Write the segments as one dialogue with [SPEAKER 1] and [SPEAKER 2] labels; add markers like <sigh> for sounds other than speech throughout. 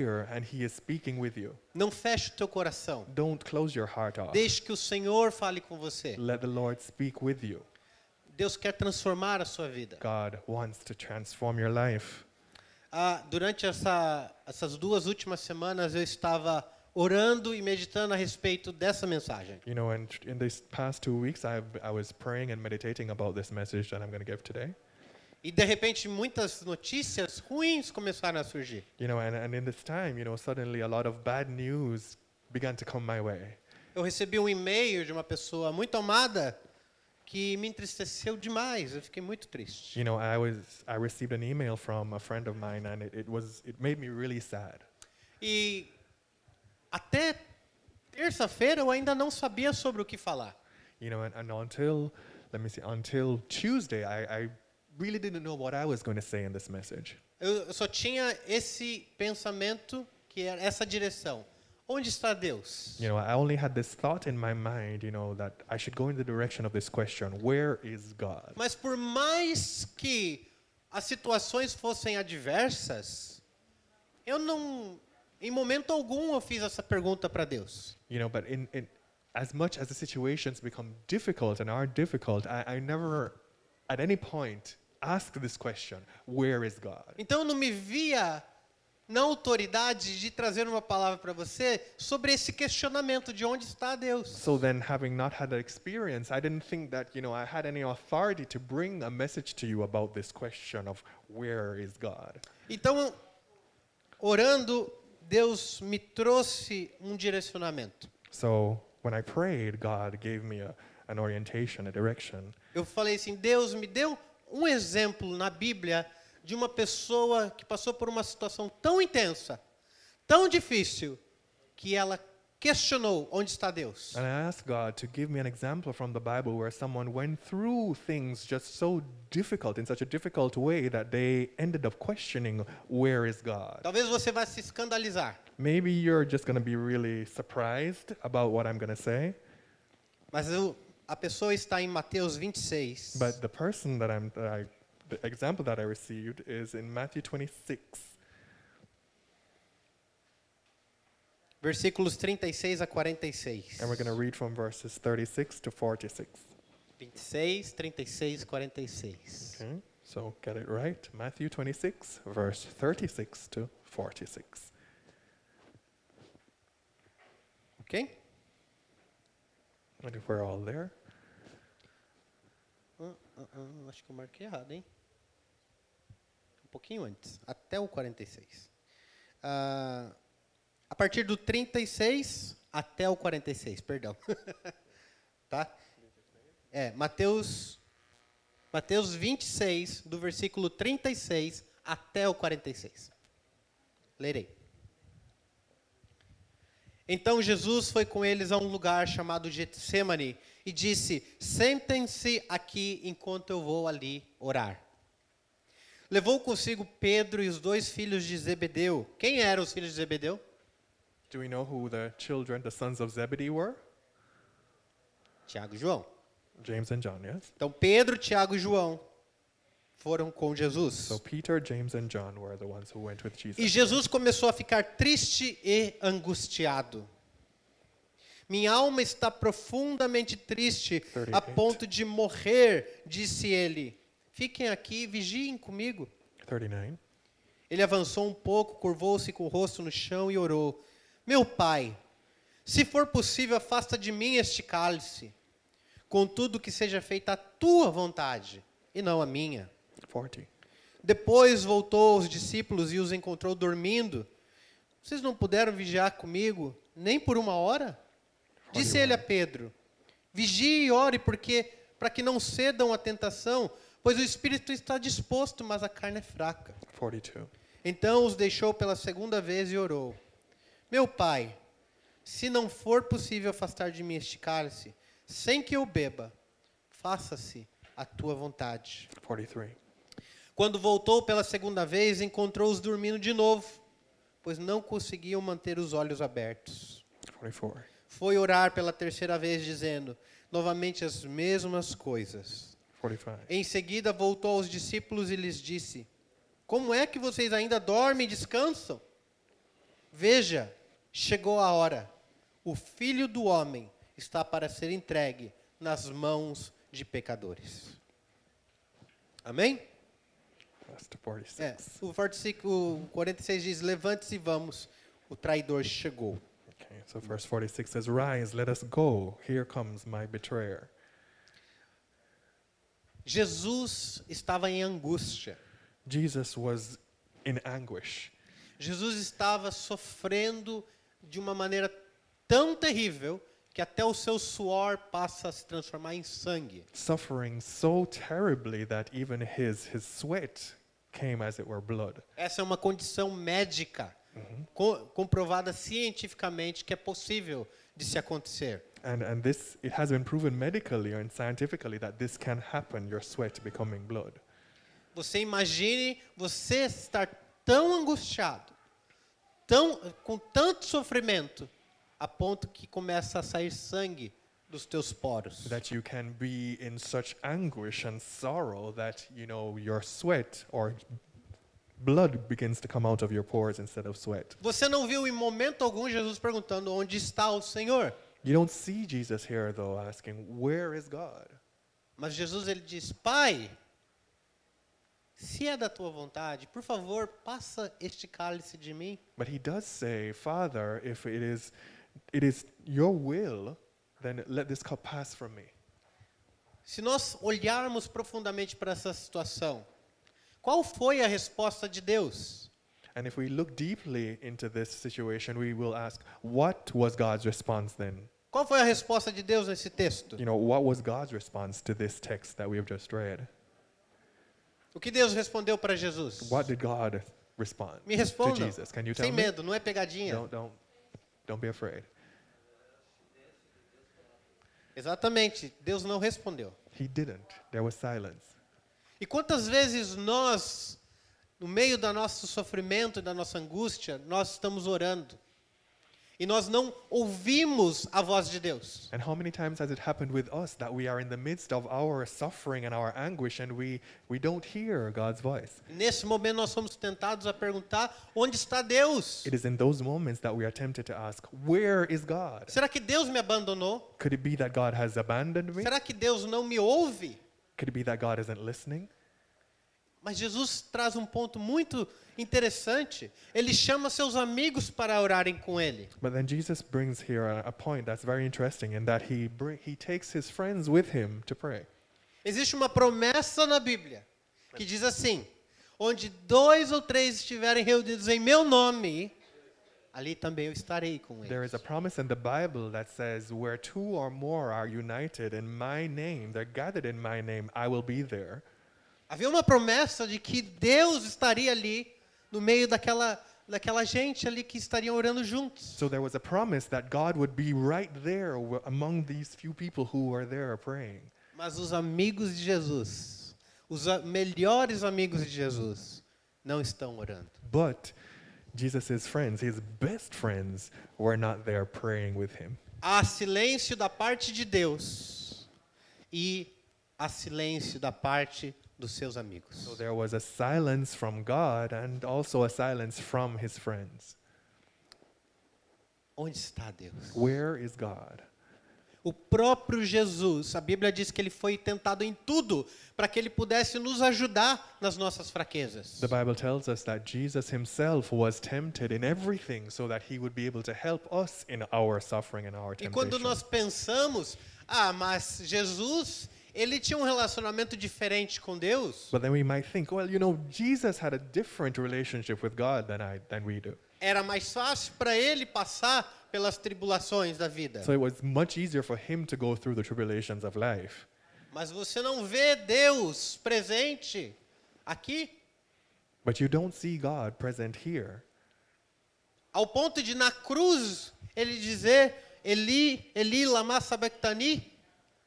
[SPEAKER 1] here and he is speaking with you.
[SPEAKER 2] Não feche o teu coração.
[SPEAKER 1] Don't close your heart off.
[SPEAKER 2] Deixe que o Senhor fale com você.
[SPEAKER 1] Let the Lord speak with you.
[SPEAKER 2] Deus quer transformar a sua vida.
[SPEAKER 1] God wants to transform your life.
[SPEAKER 2] Ah, durante essa, essas duas últimas semanas eu estava orando e meditando a respeito dessa mensagem.
[SPEAKER 1] You know, and in these past two weeks, I, I was praying and meditating about this message that I'm going to give today.
[SPEAKER 2] E de repente muitas notícias ruins começaram a surgir.
[SPEAKER 1] You know, and, and in this time, you know, suddenly a lot of bad news began to come my way.
[SPEAKER 2] Eu recebi um e-mail de uma pessoa muito amada que me entristeceu demais. Eu fiquei muito triste.
[SPEAKER 1] You know, I was I received an email from a friend of mine, and it, it was it made me really sad.
[SPEAKER 2] E até terça-feira eu ainda não sabia sobre o que falar.
[SPEAKER 1] You know, and, and until let me see, until Tuesday, I, I really didn't know what I was going to say in this message.
[SPEAKER 2] Eu eu só tinha esse pensamento que era essa direção. Onde está Deus?
[SPEAKER 1] You know, I only had this thought in my mind, you know, that I should go in the direction of this question: Where is God?
[SPEAKER 2] Mas por mais que as situações fossem adversas, eu não, em momento algum, eu fiz essa pergunta para Deus.
[SPEAKER 1] You know, but in, in as much as the situations become difficult and are difficult, I, I never, at any point, ask this question: Where is God?
[SPEAKER 2] Então eu não me via na autoridade de trazer uma palavra para você sobre esse questionamento de onde está Deus.
[SPEAKER 1] So then, having not had that experience, I didn't think that you know I had any authority to bring a message to you about this question of where is God.
[SPEAKER 2] Então, orando, Deus me trouxe um direcionamento.
[SPEAKER 1] So when I prayed, God gave me a, an orientation, a direction.
[SPEAKER 2] Eu falei assim: Deus me deu um exemplo na Bíblia de uma pessoa que passou por uma situação tão intensa, tão difícil, que ela questionou onde está Deus.
[SPEAKER 1] And I asked God to give me an example from the Bible where someone went through things just so difficult, in such a difficult way, that they ended up questioning, Where is God?
[SPEAKER 2] Talvez você vá se escandalizar,
[SPEAKER 1] Maybe you're just going to be really surprised about what I'm going to say,
[SPEAKER 2] mas eu- a pessoa está em Mateus 26.
[SPEAKER 1] but the person that I'm, that I, the example that I received is in Matthew 26,
[SPEAKER 2] Versículos 36 a 46.
[SPEAKER 1] and we're going to read from verses 36 to 46.
[SPEAKER 2] 26, 36 e 46.
[SPEAKER 1] Okay, so get it right. Matthew 26, verse 36 to 46.
[SPEAKER 2] Ok?
[SPEAKER 1] And if we're all there,
[SPEAKER 2] Ah, ah, ah, acho que eu marquei errado, hein? Um pouquinho antes, até o 46. Ah, a partir do 36 até o 46, perdão. <laughs> tá? É, Mateus, Mateus 26, do versículo 36 até o 46. Lerei. Então Jesus foi com eles a um lugar chamado Getsemane e disse: Sentem-se aqui enquanto eu vou ali orar. Levou consigo Pedro e os dois filhos de Zebedeu. Quem eram os filhos de Zebedeu?
[SPEAKER 1] do we know who the children, the sons of Zebedee, were?
[SPEAKER 2] Tiago e João.
[SPEAKER 1] James and John, yes?
[SPEAKER 2] Então Pedro, Tiago e João foram com Jesus.
[SPEAKER 1] So Peter, James, and John were the ones who went with Jesus.
[SPEAKER 2] E Jesus começou a ficar triste e angustiado. Minha alma está profundamente triste
[SPEAKER 1] 38.
[SPEAKER 2] a ponto de morrer, disse ele. Fiquem aqui, vigiem comigo.
[SPEAKER 1] 39.
[SPEAKER 2] Ele avançou um pouco, curvou-se com o rosto no chão e orou: Meu pai, se for possível, afasta de mim este cálice. Contudo, que seja feita a tua vontade e não a minha.
[SPEAKER 1] 40.
[SPEAKER 2] Depois voltou aos discípulos e os encontrou dormindo. Vocês não puderam vigiar comigo nem por uma hora? Disse ele a Pedro: Vigie e ore, porque para que não cedam à tentação, pois o espírito está disposto, mas a carne é fraca.
[SPEAKER 1] 42.
[SPEAKER 2] Então os deixou pela segunda vez e orou: Meu pai, se não for possível afastar de mim este cálice, sem que eu beba, faça-se a tua vontade.
[SPEAKER 1] 43.
[SPEAKER 2] Quando voltou pela segunda vez, encontrou-os dormindo de novo, pois não conseguiam manter os olhos abertos.
[SPEAKER 1] 44.
[SPEAKER 2] Foi orar pela terceira vez, dizendo novamente as mesmas coisas.
[SPEAKER 1] 45.
[SPEAKER 2] Em seguida, voltou aos discípulos e lhes disse: Como é que vocês ainda dormem e descansam? Veja, chegou a hora. O filho do homem está para ser entregue nas mãos de pecadores. Amém?
[SPEAKER 1] That's the 46.
[SPEAKER 2] É, o, 45, o 46 diz: Levante-se e vamos, o traidor chegou.
[SPEAKER 1] Okay, so verse 46 says, Rise, let us go. Here comes my betrayer.
[SPEAKER 2] Jesus estava em angústia.
[SPEAKER 1] Jesus was in anguish.
[SPEAKER 2] Jesus estava sofrendo de uma maneira tão terrível que até o seu suor passa a se transformar em sangue.
[SPEAKER 1] suffering so terribly that even his his sweat came as it were blood.
[SPEAKER 2] Essa é uma condição médica co- comprovada cientificamente que é possível de se acontecer.
[SPEAKER 1] And and this it has been proven medically and scientifically that this can happen, your sweat becoming blood.
[SPEAKER 2] Você imagine você estar tão angustiado, tão com tanto sofrimento, a ponto que começa a sair sangue dos teus poros.
[SPEAKER 1] That you can be in such anguish and sorrow that, you know, your sweat or blood begins to come out of your pores instead of sweat.
[SPEAKER 2] Você não viu em momento algum Jesus perguntando onde está o Senhor?
[SPEAKER 1] You don't see Jesus here though asking, Where is God?
[SPEAKER 2] Mas Jesus ele diz: Pai, se é da tua vontade, por favor, passa este cálice de mim.
[SPEAKER 1] But he does say, Father, if it is, it is your will, then let this cup pass from me.
[SPEAKER 2] Se nós olharmos profundamente para essa situação, qual foi a resposta de Deus?
[SPEAKER 1] And if we look deeply into this situation, we will ask, what was God's response then?
[SPEAKER 2] Qual foi a resposta de Deus nesse texto?
[SPEAKER 1] You know, what was God's response to this text that we have just read?
[SPEAKER 2] O que Deus respondeu para Jesus?
[SPEAKER 1] What did God respond
[SPEAKER 2] Me
[SPEAKER 1] to
[SPEAKER 2] responda.
[SPEAKER 1] Jesus? Can you tell
[SPEAKER 2] Sem
[SPEAKER 1] me?
[SPEAKER 2] medo, não é pegadinha.
[SPEAKER 1] Don't, don't, don't be afraid.
[SPEAKER 2] Exatamente, Deus não respondeu.
[SPEAKER 1] He didn't. There was silence.
[SPEAKER 2] E quantas vezes nós, no meio do nosso sofrimento, e da nossa angústia, nós estamos orando e nós não ouvimos a voz de Deus?
[SPEAKER 1] And how many times has it happened with us that we are in the midst of our suffering and our anguish and we, we don't hear God's voice?
[SPEAKER 2] Nesse momento nós somos tentados a perguntar: onde está Deus?
[SPEAKER 1] It is in those moments that we are tempted to ask, Where is God?
[SPEAKER 2] Será que Deus me abandonou?
[SPEAKER 1] Could it be that God has abandoned me?
[SPEAKER 2] Será que Deus não me ouve?
[SPEAKER 1] Could it be that God isn't listening?
[SPEAKER 2] Mas Jesus traz um ponto muito interessante. Ele chama seus amigos para orarem com ele.
[SPEAKER 1] But then Jesus brings here a, a point that's very interesting in that he, bring, he takes his friends with him to pray.
[SPEAKER 2] Existe uma promessa na Bíblia que diz assim: onde dois ou três estiverem reunidos em meu nome, ali também eu estarei com
[SPEAKER 1] There
[SPEAKER 2] eles.
[SPEAKER 1] is a promise in the Bible that says, Where two or more are united in my name, they're gathered in my name, I will be there.
[SPEAKER 2] Havia uma promessa de que Deus estaria ali no meio daquela daquela gente ali que estariam orando juntos.
[SPEAKER 1] So there was a promise that God would be right there w- among these few people who are there praying.
[SPEAKER 2] Mas os amigos de Jesus, os a- melhores amigos de Jesus, não estão orando.
[SPEAKER 1] But Jesus' friends, his best friends, were not there praying with him.
[SPEAKER 2] Há silêncio da parte de Deus e há silêncio da parte dos seus amigos.
[SPEAKER 1] So there was a silence from God and also a silence from his friends.
[SPEAKER 2] Onde está Deus?
[SPEAKER 1] Where is God?
[SPEAKER 2] O próprio Jesus, a Bíblia diz que ele foi tentado em tudo para que ele pudesse nos ajudar nas nossas fraquezas.
[SPEAKER 1] The Bible tells us that Jesus himself was tempted in everything so that he would be able to help us in our suffering and our
[SPEAKER 2] E quando
[SPEAKER 1] temptation.
[SPEAKER 2] nós pensamos, ah, mas Jesus, ele tinha um relacionamento diferente com Deus,
[SPEAKER 1] But then we might think, well, you know, Jesus had a different relationship with God than I than we do.
[SPEAKER 2] era mais fácil para ele passar pelas tribulações da vida.
[SPEAKER 1] So it was much easier for him to go through the tribulations of life.
[SPEAKER 2] Mas você não vê Deus presente aqui,
[SPEAKER 1] But you don't see God present here.
[SPEAKER 2] ao ponto de na cruz ele dizer Eli, Eli, lama sabachthani,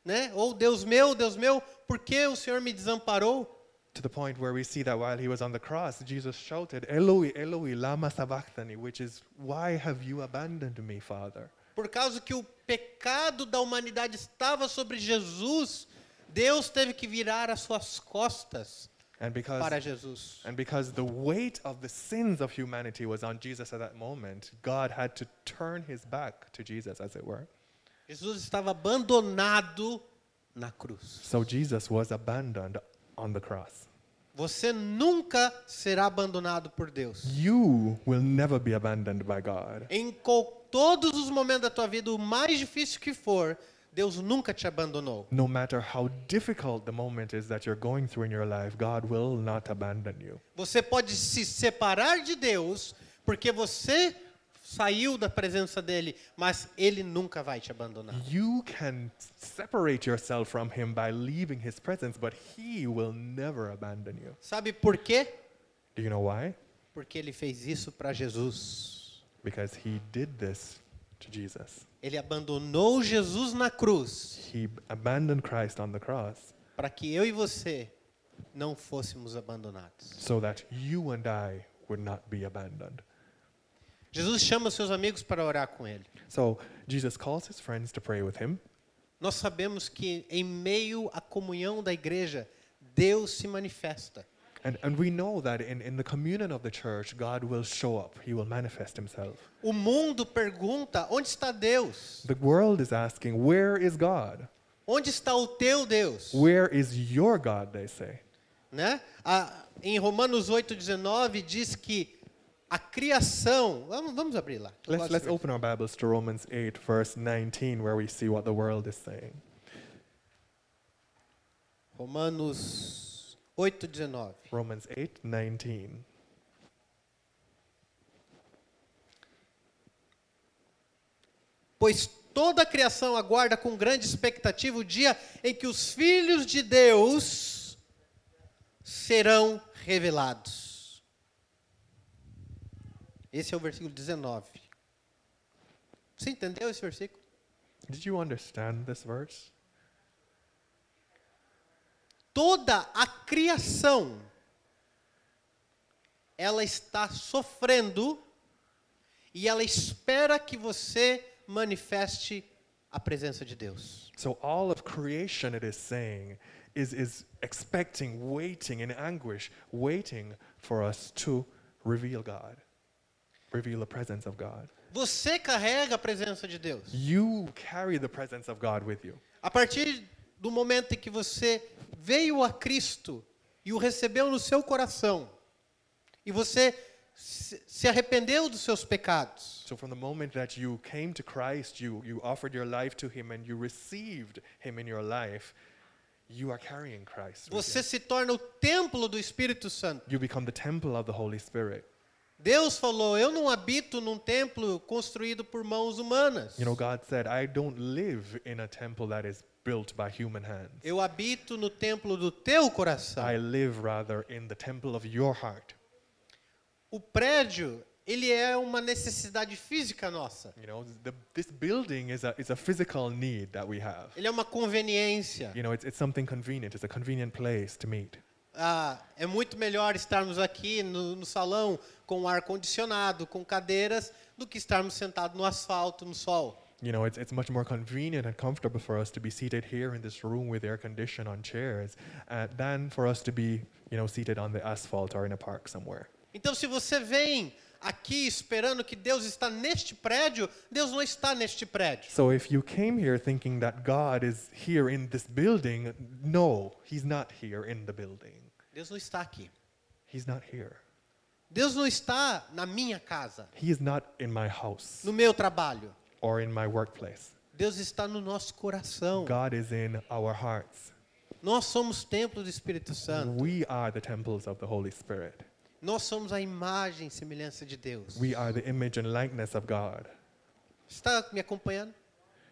[SPEAKER 2] né? Ou Deus meu, Deus meu, por que o Senhor me desamparou?
[SPEAKER 1] To the point where we see that while he was on the cross, Jesus shouted, Eloi, Eloi, lama sabachthani, which is, why have you abandoned me, Father?
[SPEAKER 2] Por causa que o pecado da humanidade estava sobre Jesus, Deus teve que virar as suas costas
[SPEAKER 1] And because
[SPEAKER 2] para Jesus.
[SPEAKER 1] and because the weight of the sins of humanity was on Jesus at that moment, God had to turn his back to Jesus, as it were.
[SPEAKER 2] Jesus estava abandonado na cruz.
[SPEAKER 1] So Jesus was abandoned on the cross.
[SPEAKER 2] Você nunca será abandonado por Deus.
[SPEAKER 1] You will never be abandoned by God.
[SPEAKER 2] Em co- todos os momentos da tua vida, o mais difícil que for, Deus nunca te abandonou.
[SPEAKER 1] No matter how difficult the moment is that you're going through in your life, God will not abandon you.
[SPEAKER 2] Você pode se separar de Deus porque você saiu da presença dele, mas ele nunca vai te abandonar.
[SPEAKER 1] You can separate yourself from Him by leaving His presence, but He will never abandon you.
[SPEAKER 2] Sabe por quê?
[SPEAKER 1] Do you know why?
[SPEAKER 2] Porque ele fez isso para Jesus.
[SPEAKER 1] Because He did this to Jesus.
[SPEAKER 2] Ele abandonou Jesus na cruz
[SPEAKER 1] He abandoned Christ on the cross
[SPEAKER 2] para que eu e você não fôssemos abandonados.
[SPEAKER 1] so that you and I would not be abandoned.
[SPEAKER 2] Jesus chama os seus amigos para orar com ele.
[SPEAKER 1] So Jesus calls His friends to pray with Him.
[SPEAKER 2] Nós sabemos que em meio à comunhão da igreja, Deus se manifesta.
[SPEAKER 1] And, and we know that in, in the communion of the church, God will show up, He will manifest Himself.
[SPEAKER 2] O mundo pergunta: onde está Deus?
[SPEAKER 1] The world is asking, Where is God?
[SPEAKER 2] Onde está o teu Deus?
[SPEAKER 1] Where is your God? They say.
[SPEAKER 2] Né? A- em Romanos 8,19 diz que a criação. Vamos, vamos abrir lá. Eu
[SPEAKER 1] Let's,
[SPEAKER 2] gosto
[SPEAKER 1] let's
[SPEAKER 2] disso.
[SPEAKER 1] open our Bibles to Romans 8, verse 19, where we see what the world is saying.
[SPEAKER 2] Romanos 8,19.
[SPEAKER 1] Romans 8, 19.
[SPEAKER 2] Pois toda a criação aguarda com grande expectativa o dia em que os filhos de Deus serão revelados. Esse é o versículo 19. Você entendeu esse versículo?
[SPEAKER 1] Did you understand this verse?
[SPEAKER 2] Toda a criação ela está sofrendo e ela espera que você manifeste a presença de Deus.
[SPEAKER 1] So, all of creation, it is saying, is, is expecting, waiting in anguish, waiting for us to reveal God, reveal the presence of God.
[SPEAKER 2] Você carrega a presença de Deus.
[SPEAKER 1] You carry the presence of God with you.
[SPEAKER 2] A partir do momento em que você veio a Cristo e o recebeu no seu coração, e você se se arrependeu dos seus pecados,
[SPEAKER 1] So, from the moment that you came to Christ, you, you offered your life to Him and you received Him in your life, you are carrying Christ. with
[SPEAKER 2] você
[SPEAKER 1] you.
[SPEAKER 2] se torna o templo do Espírito Santo.
[SPEAKER 1] You become the temple of the Holy Spirit.
[SPEAKER 2] Deus falou: Eu não habito num templo construído por mãos humanas.
[SPEAKER 1] You know, God said, I don't live in a temple that is built by human hands.
[SPEAKER 2] Eu habito no templo do teu coração.
[SPEAKER 1] I live rather in the temple of your heart.
[SPEAKER 2] O prédio, ele é uma necessidade física nossa.
[SPEAKER 1] You know, the, this building is a, is a physical need that we have.
[SPEAKER 2] Ele é uma conveniência.
[SPEAKER 1] You know, it's, it's something convenient, it's a convenient place to meet.
[SPEAKER 2] Ah, é muito melhor estarmos aqui no, no salão com ar condicionado, com cadeiras, do que estarmos sentados no asfalto, no sol.
[SPEAKER 1] You know, it's, it's much more convenient and comfortable for us to be seated here in this room with air condition on chairs uh, than for us to be, you know, seated on the asphalt or in a park somewhere.
[SPEAKER 2] Então, se você vem aqui esperando que Deus está neste prédio, Deus não está neste prédio.
[SPEAKER 1] So if you came here thinking that God is here in this building, no, he's not here in the building.
[SPEAKER 2] Deus não está aqui.
[SPEAKER 1] He's not here.
[SPEAKER 2] Deus não está na minha casa,
[SPEAKER 1] He is not in my house
[SPEAKER 2] no meu trabalho.
[SPEAKER 1] or in my workplace.
[SPEAKER 2] Deus está no nosso coração.
[SPEAKER 1] God is in our hearts.
[SPEAKER 2] Nós somos templo do Espírito Santo.
[SPEAKER 1] We are the temples of the Holy Spirit.
[SPEAKER 2] Nós somos a imagem e semelhança de Deus.
[SPEAKER 1] We are the image and likeness of God.
[SPEAKER 2] Está me acompanhando?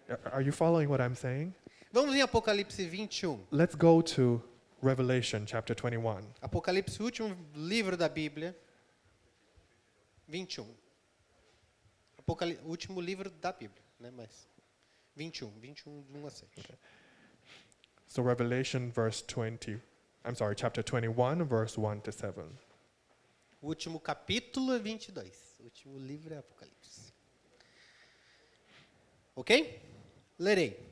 [SPEAKER 1] Are- Are you following what I'm saying?
[SPEAKER 2] Vamos em Apocalipse 21.
[SPEAKER 1] Let's go to Revelation chapter 21.
[SPEAKER 2] Apocalipse, o último livro da Bíblia, 21. Apocali o último livro da Bíblia, né? Mas 21, 21 de 1 a 7.
[SPEAKER 1] So Revelation verse 20. I'm sorry, chapter 21 verse 1 to 7.
[SPEAKER 2] O último capítulo é 22. O último livro é Apocalipse. Ok? Lerei.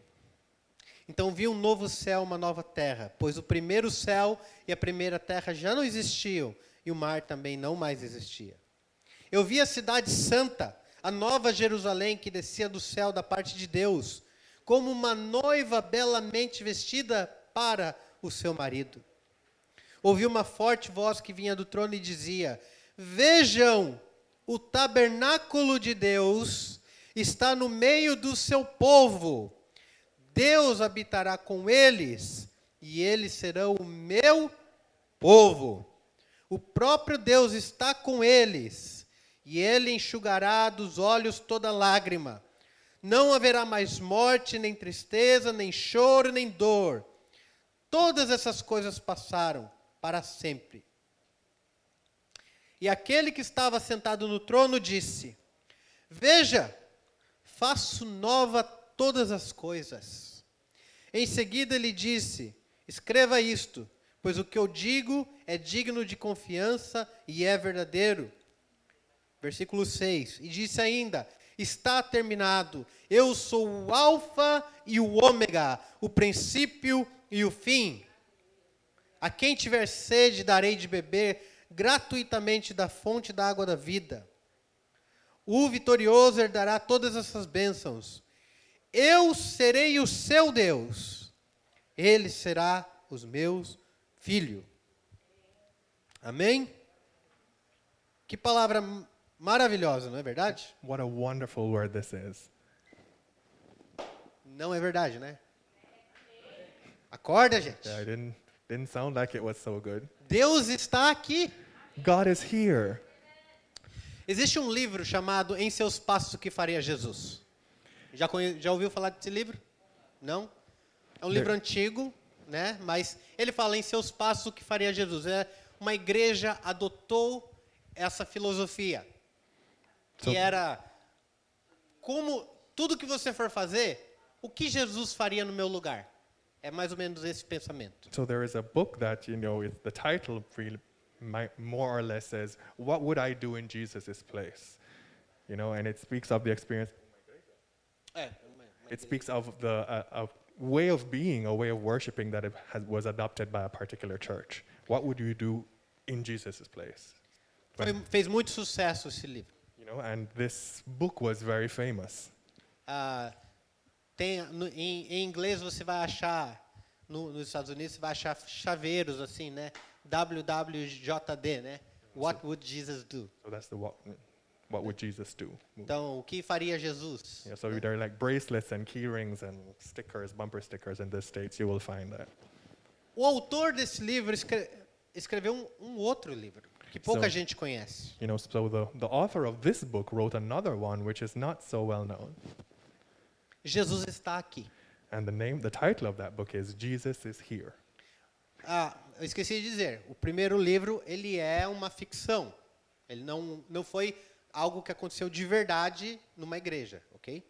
[SPEAKER 2] Então vi um novo céu, uma nova terra, pois o primeiro céu e a primeira terra já não existiam, e o mar também não mais existia. Eu vi a cidade santa, a nova Jerusalém que descia do céu da parte de Deus, como uma noiva belamente vestida para o seu marido. Ouvi uma forte voz que vinha do trono e dizia: Vejam, o tabernáculo de Deus está no meio do seu povo. Deus habitará com eles, e eles serão o meu povo. O próprio Deus está com eles, e ele enxugará dos olhos toda lágrima. Não haverá mais morte, nem tristeza, nem choro, nem dor. Todas essas coisas passaram para sempre. E aquele que estava sentado no trono disse: Veja, faço nova todas as coisas. Em seguida ele disse: Escreva isto, pois o que eu digo é digno de confiança e é verdadeiro. Versículo 6. E disse ainda: Está terminado. Eu sou o Alfa e o Ômega, o princípio e o fim. A quem tiver sede, darei de beber gratuitamente da fonte da água da vida. O vitorioso herdará todas essas bênçãos. Eu serei o seu Deus. Ele será os meus filhos. Amém? Que palavra maravilhosa, não é verdade?
[SPEAKER 1] What a wonderful word this is.
[SPEAKER 2] Não é verdade, né? Acorda, gente.
[SPEAKER 1] Yeah, it didn't, didn't sound like it was so good.
[SPEAKER 2] Deus está aqui.
[SPEAKER 1] God is here.
[SPEAKER 2] Existe um livro chamado Em Seus Passos o que Faria Jesus. Já, conhe- já ouviu falar desse livro? Não? É um livro antigo, né? Mas ele fala Em Seus Passos o que Faria Jesus. É uma igreja adotou essa filosofia que
[SPEAKER 1] So-
[SPEAKER 2] era como tudo que você for fazer, o que Jesus faria no meu lugar? É mais ou menos esse pensamento.
[SPEAKER 1] So there is a book that you know it, the title really mi- more or less says, "What would I do in Jesus' place?" You know, and it speaks of the experience.
[SPEAKER 2] É,
[SPEAKER 1] It speaks of the uh, a way of being, a way of worshiping that it has, was adopted by a particular church. What would you do in Jesus' place?
[SPEAKER 2] foi, fez muito sucesso esse livro.
[SPEAKER 1] You know, and this book was very famous.
[SPEAKER 2] Ah, tem no- em, em inglês você vai achar no- nos Estados Unidos você vai achar chaveiros assim, né? WWJD, né? What would Jesus do?
[SPEAKER 1] So that's the what, what would Jesus do? movie.
[SPEAKER 2] Então, o que faria Jesus?
[SPEAKER 1] Yeah, so there are like bracelets and key rings and stickers, bumper stickers in the states. You will find that.
[SPEAKER 2] O autor desse livro escre- escreveu um, um outro livro que pouca
[SPEAKER 1] So-
[SPEAKER 2] gente conhece.
[SPEAKER 1] You know, so the, the author of this book wrote another one which is not so well known.
[SPEAKER 2] Jesus está aqui.
[SPEAKER 1] And the name, the title of that book is Jesus is Here.
[SPEAKER 2] Ah, eu esqueci de dizer. O primeiro livro ele é uma ficção. Ele não não foi algo que aconteceu de verdade numa igreja, ok?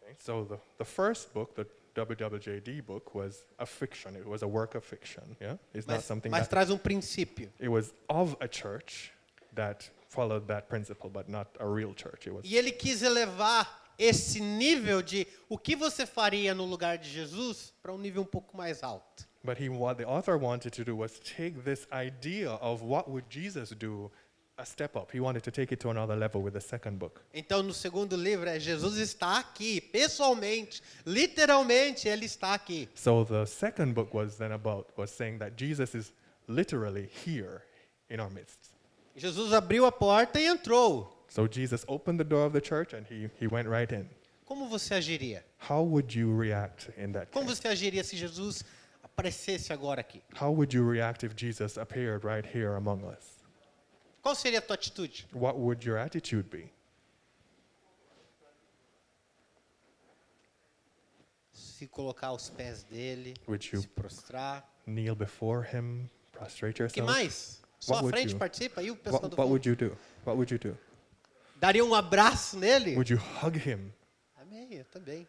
[SPEAKER 1] Okay, So the, the first book, the WWJD book, was a fiction. It was a work of fiction. Yeah, it's not
[SPEAKER 2] Mas,
[SPEAKER 1] something
[SPEAKER 2] mas
[SPEAKER 1] that
[SPEAKER 2] traz um princípio.
[SPEAKER 1] it was of a church that followed that principle, but not a real church. It was
[SPEAKER 2] E ele quis elevar esse nível de o que você faria no lugar de Jesus para um nível um pouco mais alto.
[SPEAKER 1] But he, what the author wanted to do was take this idea of what would Jesus do a step up. He wanted to take it to another level with the second book.
[SPEAKER 2] Então, no segundo livro, é Jesus está aqui, pessoalmente, literalmente, ele está aqui.
[SPEAKER 1] So the second book was then about was saying that Jesus is literally here in our midst.
[SPEAKER 2] Jesus abriu a porta e entrou.
[SPEAKER 1] So Jesus opened the door of the church and he, he went right in.
[SPEAKER 2] Como você agiria?
[SPEAKER 1] How would you react in that
[SPEAKER 2] Como
[SPEAKER 1] case?
[SPEAKER 2] você agiria se Jesus aparecesse agora aqui?
[SPEAKER 1] How would you react if Jesus appeared right here among us?
[SPEAKER 2] Qual seria a tua atitude?
[SPEAKER 1] What would your attitude be?
[SPEAKER 2] Se colocar aos pés dele,
[SPEAKER 1] Would you-
[SPEAKER 2] se prostrar.
[SPEAKER 1] Kneel before him, prostrate
[SPEAKER 2] que
[SPEAKER 1] yourself?
[SPEAKER 2] mais? Sua
[SPEAKER 1] Então, would
[SPEAKER 2] frente
[SPEAKER 1] you-
[SPEAKER 2] participa e o pessoal
[SPEAKER 1] What, what
[SPEAKER 2] do fundo.
[SPEAKER 1] would you do? What would you do?
[SPEAKER 2] Daria um abraço nele?
[SPEAKER 1] Would you hug him?
[SPEAKER 2] Amém, eu também.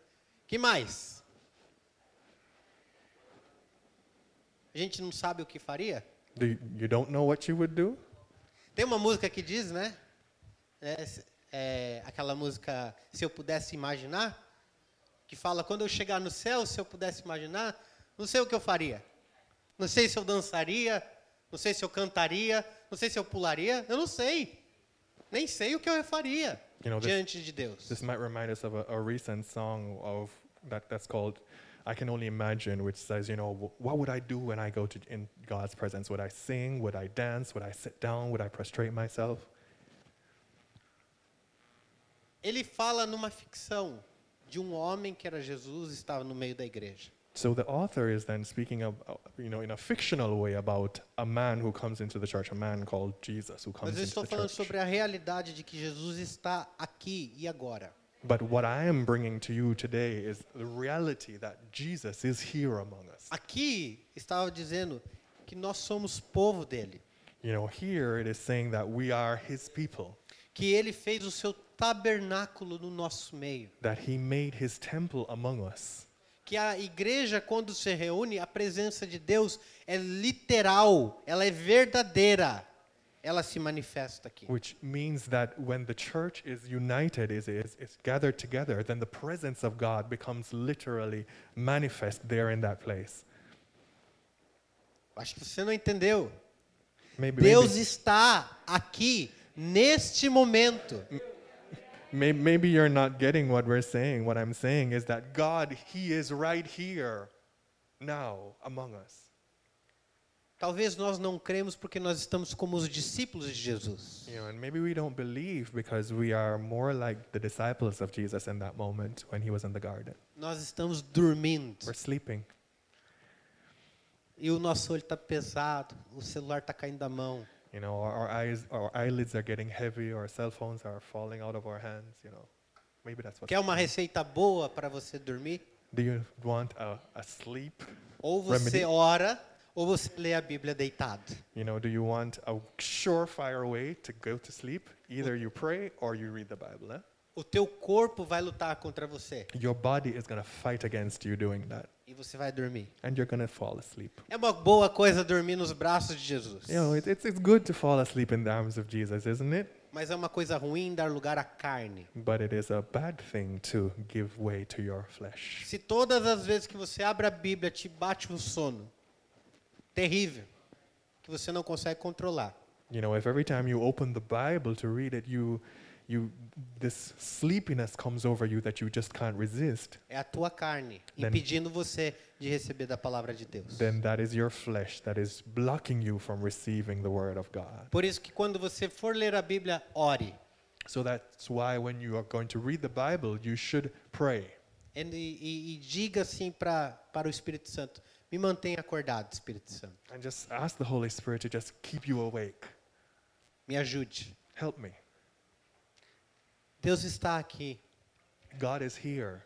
[SPEAKER 2] Que mais? A gente não sabe o que faria?
[SPEAKER 1] Do you, you don't know what you would do?
[SPEAKER 2] Tem uma música que diz, né? É, se- é, aquela música Se Eu Pudesse Imaginar, que fala: quando eu chegar no céu, se eu pudesse imaginar, não sei o que eu faria. Não sei se eu dançaria, não sei se eu cantaria, não sei se eu pularia, eu não sei. Nem sei o que eu faria
[SPEAKER 1] You know, this-
[SPEAKER 2] diante de Deus.
[SPEAKER 1] This might remind us of a, a recent song of that, that's called "I Can Only Imagine," which says, you know, "Wh- what would I do when I go to in God's presence? Would I sing? Would I dance? Would I sit down? Would I prostrate myself?
[SPEAKER 2] Ele fala numa ficção de um homem que era Jesus e estava no meio da igreja.
[SPEAKER 1] So the author is then speaking of, uh, you know, in a fictional way about a man who comes into the church, a man called Jesus who comes
[SPEAKER 2] Mas eu
[SPEAKER 1] into
[SPEAKER 2] estou
[SPEAKER 1] the
[SPEAKER 2] falando
[SPEAKER 1] church.
[SPEAKER 2] sobre a realidade de que Jesus está aqui e agora.
[SPEAKER 1] But what I am bringing to you today is the reality that Jesus is here among us.
[SPEAKER 2] Aqui estava dizendo que nós somos povo dele,
[SPEAKER 1] You know, here it is saying that we are His people,
[SPEAKER 2] que ele fez o seu tabernáculo no nosso meio,
[SPEAKER 1] that He made His temple among us.
[SPEAKER 2] que a igreja quando se reúne, a presença de Deus é literal, ela é verdadeira. Ela se manifesta aqui.
[SPEAKER 1] Which means that when the church is united, is, is, is gathered together, then the presence of God becomes literally manifest there in that place.
[SPEAKER 2] Acho que você não entendeu.
[SPEAKER 1] Maybe,
[SPEAKER 2] Deus está aqui neste momento.
[SPEAKER 1] maybe, may- maybe you're not getting what we're saying. What I'm saying is that God, He is right here now among us.
[SPEAKER 2] Talvez nós não cremos porque nós estamos como os discípulos de Jesus.
[SPEAKER 1] You know, and maybe we don't believe because we are more like the disciples of Jesus in that moment when He was in the garden.
[SPEAKER 2] Nós estamos dormindo.
[SPEAKER 1] We're sleeping.
[SPEAKER 2] E o nosso olho está pesado, o celular está caindo da mão.
[SPEAKER 1] You know, our, our eyes, our eyelids are getting heavy, our cell phones are falling out of our hands. You know, maybe that's what.
[SPEAKER 2] Quer uma receita boa para você dormir?
[SPEAKER 1] Do you want a, a sleep?
[SPEAKER 2] Ou você
[SPEAKER 1] Remedy.
[SPEAKER 2] ora, ou você lê a Bíblia deitado.
[SPEAKER 1] You know, do you want a surefire way to go to sleep? Either you pray or you read the Bible. Eh?
[SPEAKER 2] O teu corpo vai lutar contra você
[SPEAKER 1] Your body is gonna fight against you doing that,
[SPEAKER 2] e você vai dormir.
[SPEAKER 1] and you're gonna fall asleep.
[SPEAKER 2] É uma boa coisa dormir nos braços de Jesus.
[SPEAKER 1] You know, it, it's it's good to fall asleep in the arms of Jesus, isn't it?
[SPEAKER 2] Mas é uma coisa ruim dar lugar à carne.
[SPEAKER 1] But it is a bad thing to give way to your flesh.
[SPEAKER 2] Se todas as vezes que você abre a Bíblia te bate um sono terrível, que você não consegue controlar,
[SPEAKER 1] You know, if every time you open the Bible to read it, you you this sleepiness comes over you that you just can't resist,
[SPEAKER 2] é a tua carne
[SPEAKER 1] Then-
[SPEAKER 2] impedindo você de receber da palavra de Deus.
[SPEAKER 1] then that is your flesh that is blocking you from receiving the word of God.
[SPEAKER 2] Por isso que quando você for ler a Bíblia, ore.
[SPEAKER 1] So that's why when you are going to read the Bible, you should pray.
[SPEAKER 2] E, e- e diga assim pra, para o Espírito Santo: me mantenha acordado, Espírito Santo.
[SPEAKER 1] And just ask the Holy Spirit to just keep you awake.
[SPEAKER 2] Me ajude.
[SPEAKER 1] Help me.
[SPEAKER 2] Deus está aqui.
[SPEAKER 1] God is here.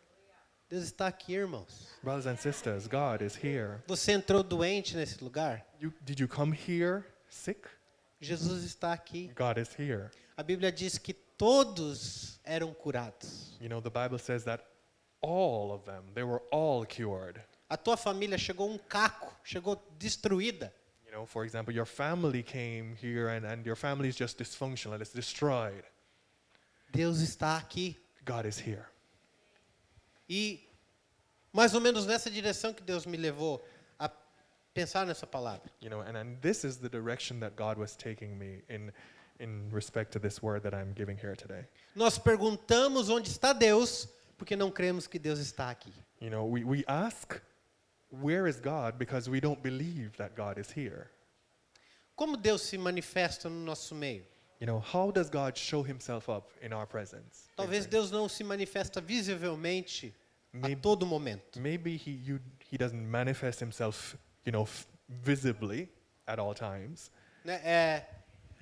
[SPEAKER 2] Deus está aqui, irmãos.
[SPEAKER 1] Brothers and sisters, God is here.
[SPEAKER 2] Você entrou doente nesse lugar?
[SPEAKER 1] You, did you come here sick?
[SPEAKER 2] Jesus está aqui.
[SPEAKER 1] God is here.
[SPEAKER 2] A Bíblia diz que todos eram curados.
[SPEAKER 1] You know, the Bible says that all of them, they were all cured.
[SPEAKER 2] A tua família chegou um caco, chegou destruída.
[SPEAKER 1] You know, for example, your family came here and, and your family is just dysfunctional, it's destroyed.
[SPEAKER 2] Deus está aqui.
[SPEAKER 1] God is here.
[SPEAKER 2] E mais ou menos nessa direção que Deus me levou a pensar nessa palavra.
[SPEAKER 1] You know, and, and this is the direction that God was taking me in, in respect to this word that I'm giving here today.
[SPEAKER 2] Nós perguntamos onde está Deus, porque não cremos que Deus está aqui.
[SPEAKER 1] You know, we, we ask, where is God? Because we don't believe that God is here.
[SPEAKER 2] Como Deus se manifesta no nosso meio?
[SPEAKER 1] You know, how does God show himself up in our presence?
[SPEAKER 2] Talvez Deus não se manifesta visivelmente a
[SPEAKER 1] Maybe-
[SPEAKER 2] todo momento,
[SPEAKER 1] Maybe he, you, he doesn't manifest himself, you know, f- visibly at all times.
[SPEAKER 2] né? É,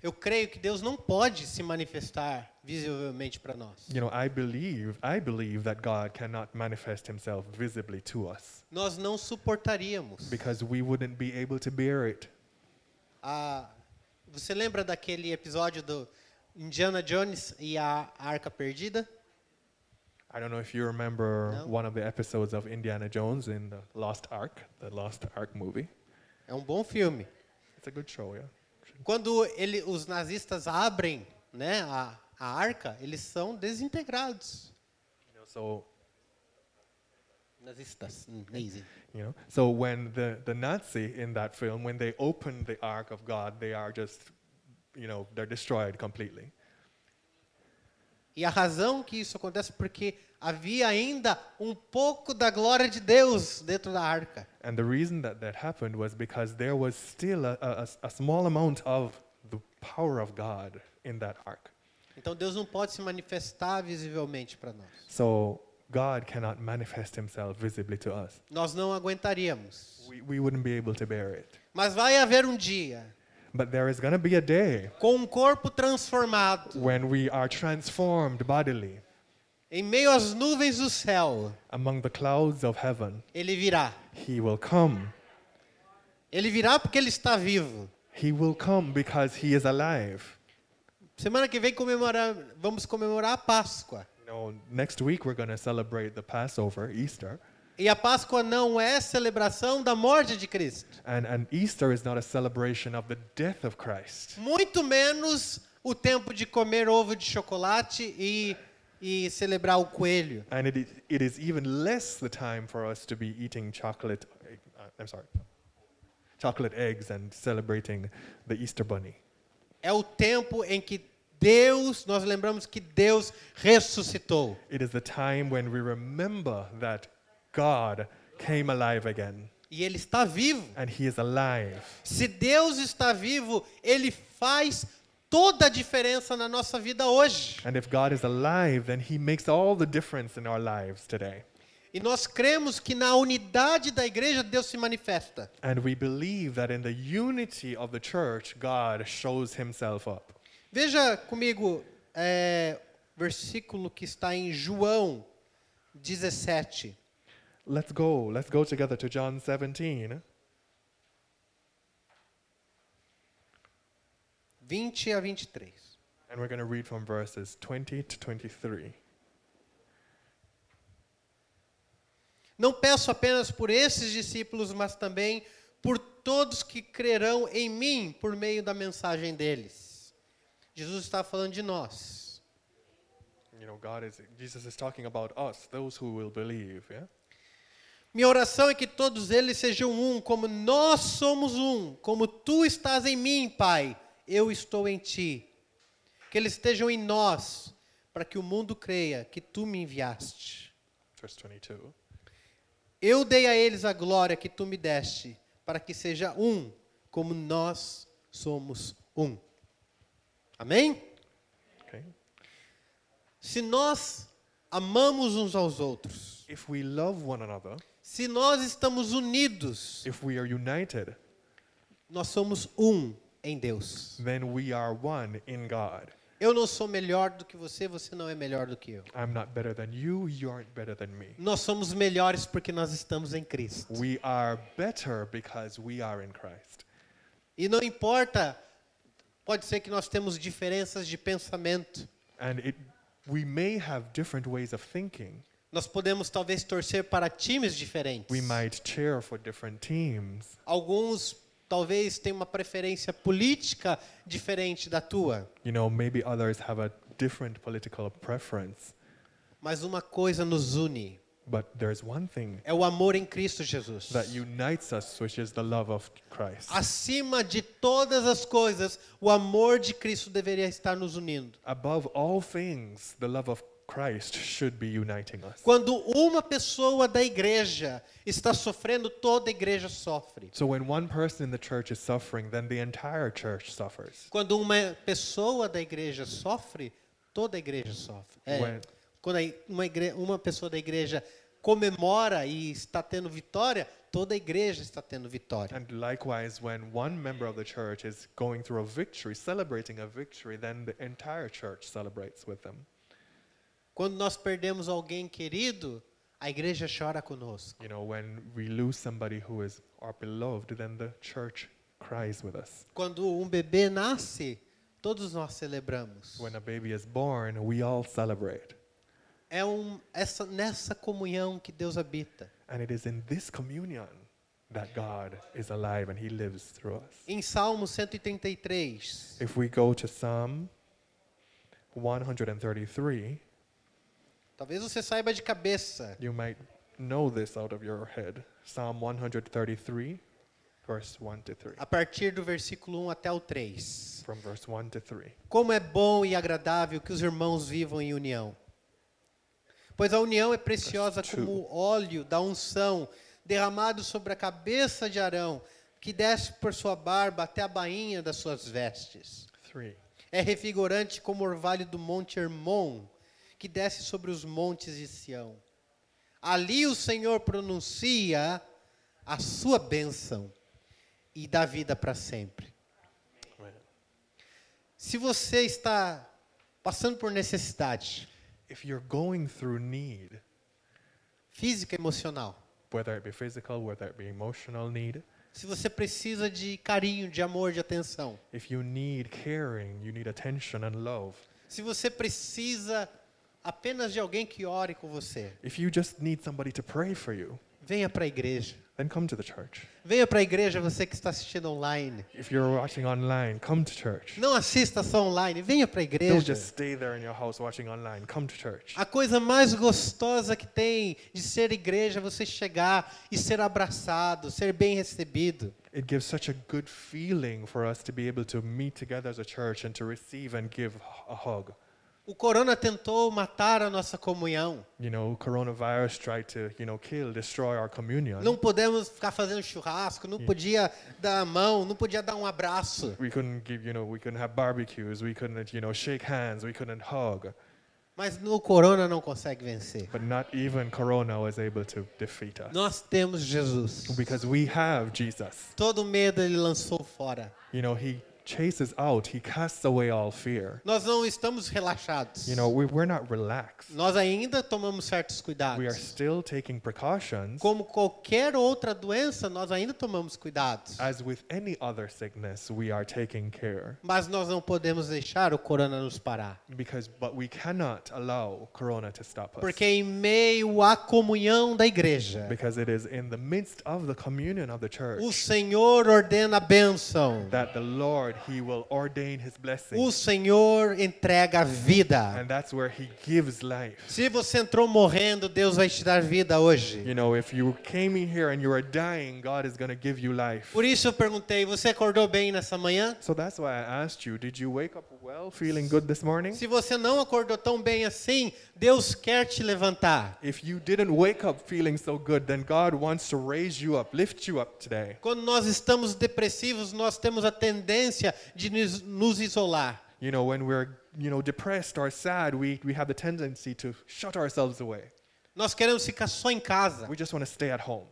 [SPEAKER 2] eu creio que Deus não pode se manifestar visivelmente para nós.
[SPEAKER 1] You know, I believe, I believe that God cannot manifest himself visibly to us
[SPEAKER 2] Nós não suportaríamos.
[SPEAKER 1] because we wouldn't be able to bear it.
[SPEAKER 2] A- você lembra daquele episódio do Indiana Jones e a Arca Perdida?
[SPEAKER 1] I don't know if you remember
[SPEAKER 2] No.
[SPEAKER 1] one of the episodes of Indiana Jones in the Lost Ark, the Lost Ark movie.
[SPEAKER 2] É um bom filme.
[SPEAKER 1] It's a good show, yeah.
[SPEAKER 2] Quando ele, os nazistas abrem né, a, a arca, eles são desintegrados.
[SPEAKER 1] You know, so
[SPEAKER 2] Nazistas. Hum, Nazi.
[SPEAKER 1] You know? So when the, the Nazi in that film, when they open the ark of God, they are just, you know, they're destroyed completely.
[SPEAKER 2] E a razão que isso acontece é porque havia ainda um pouco da glória de Deus dentro da arca.
[SPEAKER 1] And the reason that that happened was because there was still a, a- a s- a small amount of the power of God in that ark.
[SPEAKER 2] Então Deus não pode se manifestar visivelmente para nós.
[SPEAKER 1] So God cannot manifest himself visibly to us.
[SPEAKER 2] Nós não aguentaríamos.
[SPEAKER 1] We, we wouldn't be able to bear it.
[SPEAKER 2] Mas vai haver um dia
[SPEAKER 1] But there is going to be a day
[SPEAKER 2] com um corpo transformado
[SPEAKER 1] when we are transformed bodily
[SPEAKER 2] em meio às nuvens do céu.
[SPEAKER 1] among the clouds of heaven.
[SPEAKER 2] Ele virá.
[SPEAKER 1] He will come.
[SPEAKER 2] Ele virá porque ele está vivo.
[SPEAKER 1] He will come because he is alive.
[SPEAKER 2] Semana que vem comemorar, vamos comemorar a Páscoa.
[SPEAKER 1] You know, next week we're going to celebrate the Passover, Easter.
[SPEAKER 2] E a Páscoa não é celebração da morte de Cristo,
[SPEAKER 1] And, and Easter is not a celebration of the death of Christ,
[SPEAKER 2] muito menos o tempo de comer ovo de chocolate e, e celebrar o coelho.
[SPEAKER 1] and it is, it is even less the time for us to be eating chocolate. uh, I'm sorry, chocolate eggs and celebrating the Easter bunny.
[SPEAKER 2] É o tempo em que Deus, nós lembramos que Deus ressuscitou.
[SPEAKER 1] It is the time when we remember that God came alive again,
[SPEAKER 2] E ele está vivo.
[SPEAKER 1] and He is alive.
[SPEAKER 2] Se Deus está vivo, ele faz toda a diferença na nossa vida hoje.
[SPEAKER 1] And if God is alive, then He makes all the difference in our lives today.
[SPEAKER 2] E nós cremos que na unidade da igreja Deus se manifesta.
[SPEAKER 1] And we believe that in the unity of the church, God shows Himself up.
[SPEAKER 2] Veja comigo é, versículo que está em João 17.
[SPEAKER 1] Let's go. Let's go together to John 17,
[SPEAKER 2] 20 a 23.
[SPEAKER 1] and we're going to read from verses 20 to 23.
[SPEAKER 2] Não peço apenas por esses discípulos, mas também por todos que crerão em mim por meio da mensagem deles. Jesus está falando de nós.
[SPEAKER 1] You know, God is, Jesus is talking about us, those who will believe, yeah?
[SPEAKER 2] Minha oração é que todos eles sejam um, como nós somos um, como tu estás em mim, Pai, eu estou em ti. Que eles estejam em nós, para que o mundo creia que tu me enviaste.
[SPEAKER 1] Verse 22.
[SPEAKER 2] Eu dei a eles a glória que tu me deste, para que seja um, como nós somos um. Amém?
[SPEAKER 1] Okay.
[SPEAKER 2] Se nós amamos uns aos outros,
[SPEAKER 1] If we love one another,
[SPEAKER 2] se nós estamos unidos,
[SPEAKER 1] if we are united,
[SPEAKER 2] nós somos um em Deus.
[SPEAKER 1] then we are one in God.
[SPEAKER 2] Eu não sou melhor do que você, você não é melhor do que eu.
[SPEAKER 1] I'm not better than you, you aren't better than me.
[SPEAKER 2] Nós somos melhores porque nós estamos em Cristo.
[SPEAKER 1] We are better because we are in Christ.
[SPEAKER 2] E não importa, pode ser que nós temos diferenças de pensamento.
[SPEAKER 1] And it, we may have different ways of thinking.
[SPEAKER 2] Nós podemos talvez torcer para times diferentes.
[SPEAKER 1] We might cheer for different teams.
[SPEAKER 2] Alguns talvez tenham uma preferência política diferente da tua,
[SPEAKER 1] You know, maybe others have a different political preference,
[SPEAKER 2] mas uma coisa nos une,
[SPEAKER 1] but there's one thing
[SPEAKER 2] é o amor em Cristo Jesus.
[SPEAKER 1] that unites us, which is the love of Christ.
[SPEAKER 2] Acima de todas as coisas, o amor de Cristo deveria estar nos unindo.
[SPEAKER 1] Above all things, the love of Christ should be uniting us.
[SPEAKER 2] Quando uma pessoa da igreja está sofrendo, toda a igreja sofre.
[SPEAKER 1] So when one person in the church is suffering, then the entire church suffers.
[SPEAKER 2] Quando uma pessoa da igreja sofre, toda a igreja sofre. É,
[SPEAKER 1] Ué.
[SPEAKER 2] Quando a i- uma, igre- uma pessoa da igreja comemora e está tendo vitória, toda a igreja está tendo vitória.
[SPEAKER 1] And likewise, when one member of the church is going through a victory, celebrating a victory, then the entire church celebrates with them.
[SPEAKER 2] Quando nós perdemos alguém querido, a igreja chora conosco.
[SPEAKER 1] You know, when we lose somebody who is our beloved, then the church cries with us.
[SPEAKER 2] Quando um bebê nasce, todos nós celebramos.
[SPEAKER 1] When a baby is born, we all celebrate.
[SPEAKER 2] É um, essa, nessa comunhão que Deus habita.
[SPEAKER 1] And it is in this communion that God is alive and He lives through us.
[SPEAKER 2] Em Salmo 133,
[SPEAKER 1] If we go to Psalm 133,
[SPEAKER 2] talvez você saiba de cabeça,
[SPEAKER 1] you might know this out of your head. Psalm 133, verse 1 to 3.
[SPEAKER 2] a partir do versículo 1 até o 3.
[SPEAKER 1] From verse 1 to 3.
[SPEAKER 2] Como é bom e agradável que os irmãos vivam em união. Pois a união é preciosa
[SPEAKER 1] Verse two.
[SPEAKER 2] como o óleo da unção derramado sobre a cabeça de Arão, que desce por sua barba até a bainha das suas vestes.
[SPEAKER 1] 3.
[SPEAKER 2] É revigorante como o orvalho do Monte Hermon, que desce sobre os montes de Sião. Ali o Senhor pronuncia a sua bênção e dá vida para sempre.
[SPEAKER 1] Amen.
[SPEAKER 2] Se você está passando por necessidade
[SPEAKER 1] If you're going through need,
[SPEAKER 2] física e emocional,
[SPEAKER 1] whether it be physical, whether it be emotional need,
[SPEAKER 2] se você precisa de carinho, de amor, de atenção,
[SPEAKER 1] if you need caring, you need attention and love,
[SPEAKER 2] se você precisa apenas de alguém que ore com você,
[SPEAKER 1] if you just need somebody to pray for you,
[SPEAKER 2] venha para a igreja.
[SPEAKER 1] then come to the church.
[SPEAKER 2] Venha para a igreja você que está assistindo online.
[SPEAKER 1] If you're watching online, come to church.
[SPEAKER 2] Não assista só online, venha para a
[SPEAKER 1] Don't
[SPEAKER 2] igreja.
[SPEAKER 1] just stay there in your house watching online. Come to church.
[SPEAKER 2] A coisa mais gostosa que tem de ser igreja é você chegar e ser abraçado, ser bem recebido.
[SPEAKER 1] It gives such a good feeling for us to be able to meet together as a church and to receive and give a hug.
[SPEAKER 2] O corona tentou matar a nossa comunhão.
[SPEAKER 1] You know, coronavirus tried to, you know, kill, destroy our communion.
[SPEAKER 2] Não podemos ficar fazendo churrasco, não podia dar a mão, não podia dar um abraço.
[SPEAKER 1] We couldn't give, you know, we couldn't have barbecues. We couldn't, you know, shake hands. We couldn't hug.
[SPEAKER 2] Mas no corona não consegue vencer.
[SPEAKER 1] But not even Corona was able to defeat us.
[SPEAKER 2] Nós temos Jesus.
[SPEAKER 1] Because we have Jesus.
[SPEAKER 2] Todo medo ele lançou fora.
[SPEAKER 1] You know, he chases out, he casts away all fear.
[SPEAKER 2] Nós não estamos relaxados.
[SPEAKER 1] You know, we, we're not relaxed.
[SPEAKER 2] Nós ainda tomamos certos
[SPEAKER 1] We are
[SPEAKER 2] cuidados.
[SPEAKER 1] still taking precautions.
[SPEAKER 2] Como qualquer outra doença, nós ainda tomamos cuidados.
[SPEAKER 1] As with any other sickness, we are taking care.
[SPEAKER 2] Mas nós não podemos deixar o corona nos parar.
[SPEAKER 1] Because, but we cannot allow Corona to stop us.
[SPEAKER 2] Porque em meio à comunhão da igreja,
[SPEAKER 1] Because it is in the midst of the communion of the church
[SPEAKER 2] o Senhor ordena a bênção.
[SPEAKER 1] that the Lord, He will ordain His blessing.
[SPEAKER 2] O Senhor entrega a vida.
[SPEAKER 1] and that's where He gives life.
[SPEAKER 2] Se você entrou morrendo, Deus vai te dar vida hoje.
[SPEAKER 1] You know, if you came in here and you are dying, God is going to give you life.
[SPEAKER 2] Por isso eu perguntei: você acordou bem nessa manhã?
[SPEAKER 1] So that's why I asked you, did you wake up well, feeling good this morning?
[SPEAKER 2] Se você não acordou tão bem assim, Deus quer te levantar.
[SPEAKER 1] If you didn't wake up feeling so good, then God wants to raise you up, lift you up today.
[SPEAKER 2] Quando nós estamos depressivos, nós temos a tendência de nos- nos isolar.
[SPEAKER 1] You know, when we're, you know, depressed or sad, we, we have the tendency to shut ourselves away.
[SPEAKER 2] Nós queremos ficar só em casa.
[SPEAKER 1] We just want to stay at home.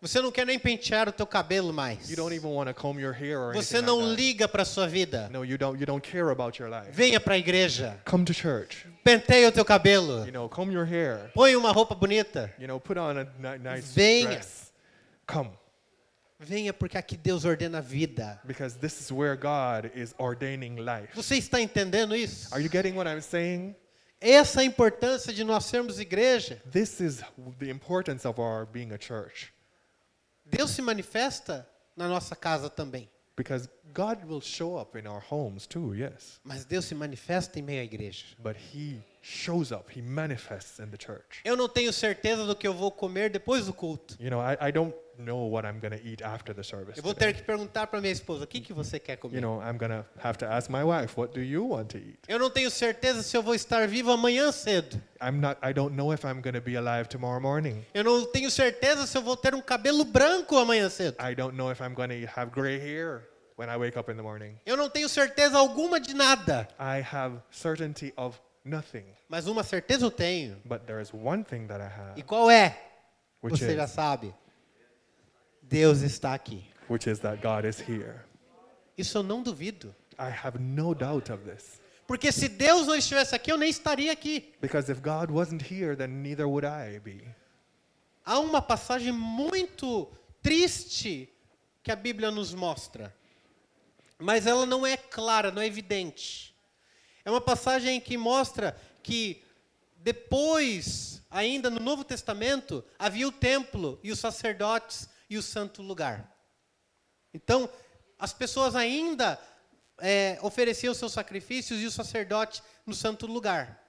[SPEAKER 2] Você não quer nem pentear o teu cabelo mais.
[SPEAKER 1] You don't even want to comb your hair or
[SPEAKER 2] Você
[SPEAKER 1] anything
[SPEAKER 2] não
[SPEAKER 1] like that.
[SPEAKER 2] liga para sua vida.
[SPEAKER 1] No, you don't, you don't care about your life.
[SPEAKER 2] Venha para a igreja.
[SPEAKER 1] Come to church.
[SPEAKER 2] Penteia o teu cabelo.
[SPEAKER 1] You know, comb your hair.
[SPEAKER 2] Põe uma roupa bonita.
[SPEAKER 1] You know, put on a ni- nice
[SPEAKER 2] Venha.
[SPEAKER 1] dress. Come.
[SPEAKER 2] Venha porque aqui Deus ordena a vida.
[SPEAKER 1] Because this is where God is ordaining life.
[SPEAKER 2] Você está entendendo isso?
[SPEAKER 1] Are you getting what I'm saying?
[SPEAKER 2] Essa é a importância de nós sermos igreja.
[SPEAKER 1] This is the importance of our being a church.
[SPEAKER 2] Deus se manifesta na nossa casa também.
[SPEAKER 1] Because God will show up in our homes too, yes.
[SPEAKER 2] Mas Deus se manifesta em meio à igreja.
[SPEAKER 1] but he shows up he manifests in the church
[SPEAKER 2] Eu não tenho certeza do que eu vou comer depois do culto.
[SPEAKER 1] you know i, I don't know what i'm going to eat after the service
[SPEAKER 2] Eu vou
[SPEAKER 1] today.
[SPEAKER 2] ter que perguntar para minha esposa: o que, que você quer
[SPEAKER 1] you
[SPEAKER 2] comer?
[SPEAKER 1] know i'm going to have to ask my wife what do you want to eat
[SPEAKER 2] Eu não tenho certeza se eu vou estar vivo amanhã cedo.
[SPEAKER 1] i'm not i don't know if i'm going to be alive tomorrow morning
[SPEAKER 2] Eu não tenho certeza se eu vou ter um cabelo branco amanhã cedo.
[SPEAKER 1] i don't know if i'm going to have gray hair when i wake up in the morning
[SPEAKER 2] Eu não tenho certeza alguma de nada.
[SPEAKER 1] i have certainty of nothing
[SPEAKER 2] Mas uma certeza eu tenho.
[SPEAKER 1] but there is one thing that i
[SPEAKER 2] E
[SPEAKER 1] have
[SPEAKER 2] qual é?
[SPEAKER 1] which
[SPEAKER 2] Você já
[SPEAKER 1] is,
[SPEAKER 2] sabe. Deus está aqui.
[SPEAKER 1] which is that god is here
[SPEAKER 2] Isso eu não duvido.
[SPEAKER 1] i have no doubt of this
[SPEAKER 2] Porque se Deus não estivesse aqui, eu nem estaria aqui.
[SPEAKER 1] because if god wasn't here then neither would i be
[SPEAKER 2] Há uma passagem muito triste que a Bíblia nos mostra. Mas ela não é clara, não é evidente. É uma passagem que mostra que depois, ainda no Novo Testamento, havia o templo e os sacerdotes e o santo lugar. Então, as pessoas ainda eh, ofereciam seus sacrifícios e o sacerdote no santo lugar.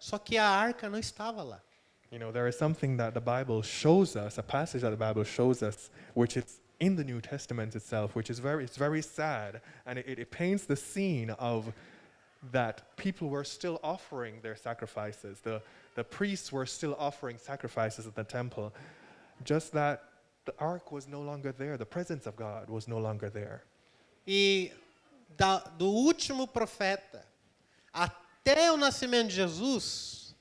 [SPEAKER 2] Só que a arca não estava lá.
[SPEAKER 1] You know, there is something that the Bible shows us, a passage that the Bible shows us, which is in the New Testament itself, which is very, it's very sad, and it, it paints the scene of that people were still offering their sacrifices. The, the priests were still offering sacrifices at the temple, just that the ark was no longer there, the presence of God was no longer there.
[SPEAKER 2] E da- do último profeta até o nascimento de Jesus,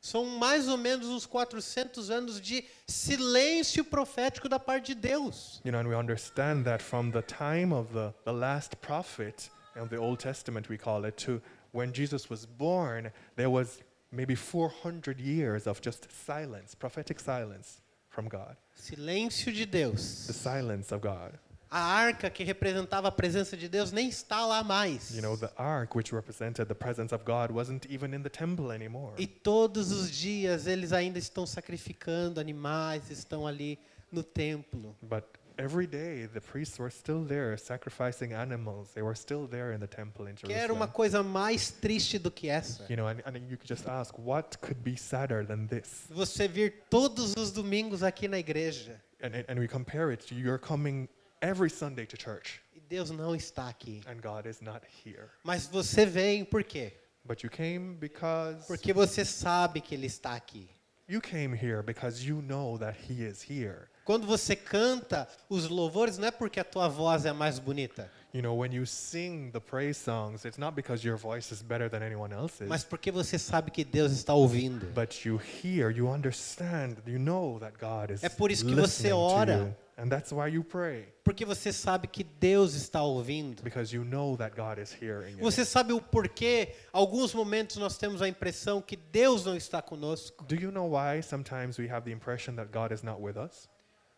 [SPEAKER 2] são mais ou menos uns 400 anos de silêncio profético da parte de Deus.
[SPEAKER 1] You know, and we understand that from the time of the, the last prophet, and the Old Testament we call it, to when Jesus was born, there was maybe 400 years of just silence, prophetic silence from God,
[SPEAKER 2] Silêncio de
[SPEAKER 1] the
[SPEAKER 2] Deus.
[SPEAKER 1] silence of God.
[SPEAKER 2] A arca que representava a presença de Deus nem está lá mais.
[SPEAKER 1] You know, the ark, which represented the presence of God, wasn't even in the temple anymore.
[SPEAKER 2] E todos os dias eles ainda estão sacrificando animais, estão ali no templo.
[SPEAKER 1] But every day, the priests were still there sacrificing animals. They were still there in the temple in
[SPEAKER 2] Quer uma
[SPEAKER 1] Jerusalem.
[SPEAKER 2] coisa mais triste do que essa?
[SPEAKER 1] You know, and, and you could just ask, what could be sadder than this?
[SPEAKER 2] Você vir todos os domingos aqui na igreja
[SPEAKER 1] and, and, and we compare it to you're coming every Sunday to church
[SPEAKER 2] e Deus não está aqui.
[SPEAKER 1] and God is not here.
[SPEAKER 2] Mas você vem por quê?
[SPEAKER 1] But you came because
[SPEAKER 2] Porque você sabe que ele está aqui.
[SPEAKER 1] you came here because you know that He is here.
[SPEAKER 2] Quando você canta os louvores, não é porque a tua voz é mais bonita,
[SPEAKER 1] You know, when you sing the praise songs, it's not because your voice is better than anyone else's,
[SPEAKER 2] mas porque você sabe que Deus está ouvindo.
[SPEAKER 1] but you hear, you understand, you know that God is
[SPEAKER 2] É por isso que você
[SPEAKER 1] listening
[SPEAKER 2] ora.
[SPEAKER 1] to you. And that's why you pray,
[SPEAKER 2] Porque você sabe que Deus está ouvindo.
[SPEAKER 1] because you know that God is hearing you.
[SPEAKER 2] Você sabe o porquê? Alguns momentos nós temos a impressão que Deus não está conosco.
[SPEAKER 1] Do you know why sometimes we have the impression that God is not with us?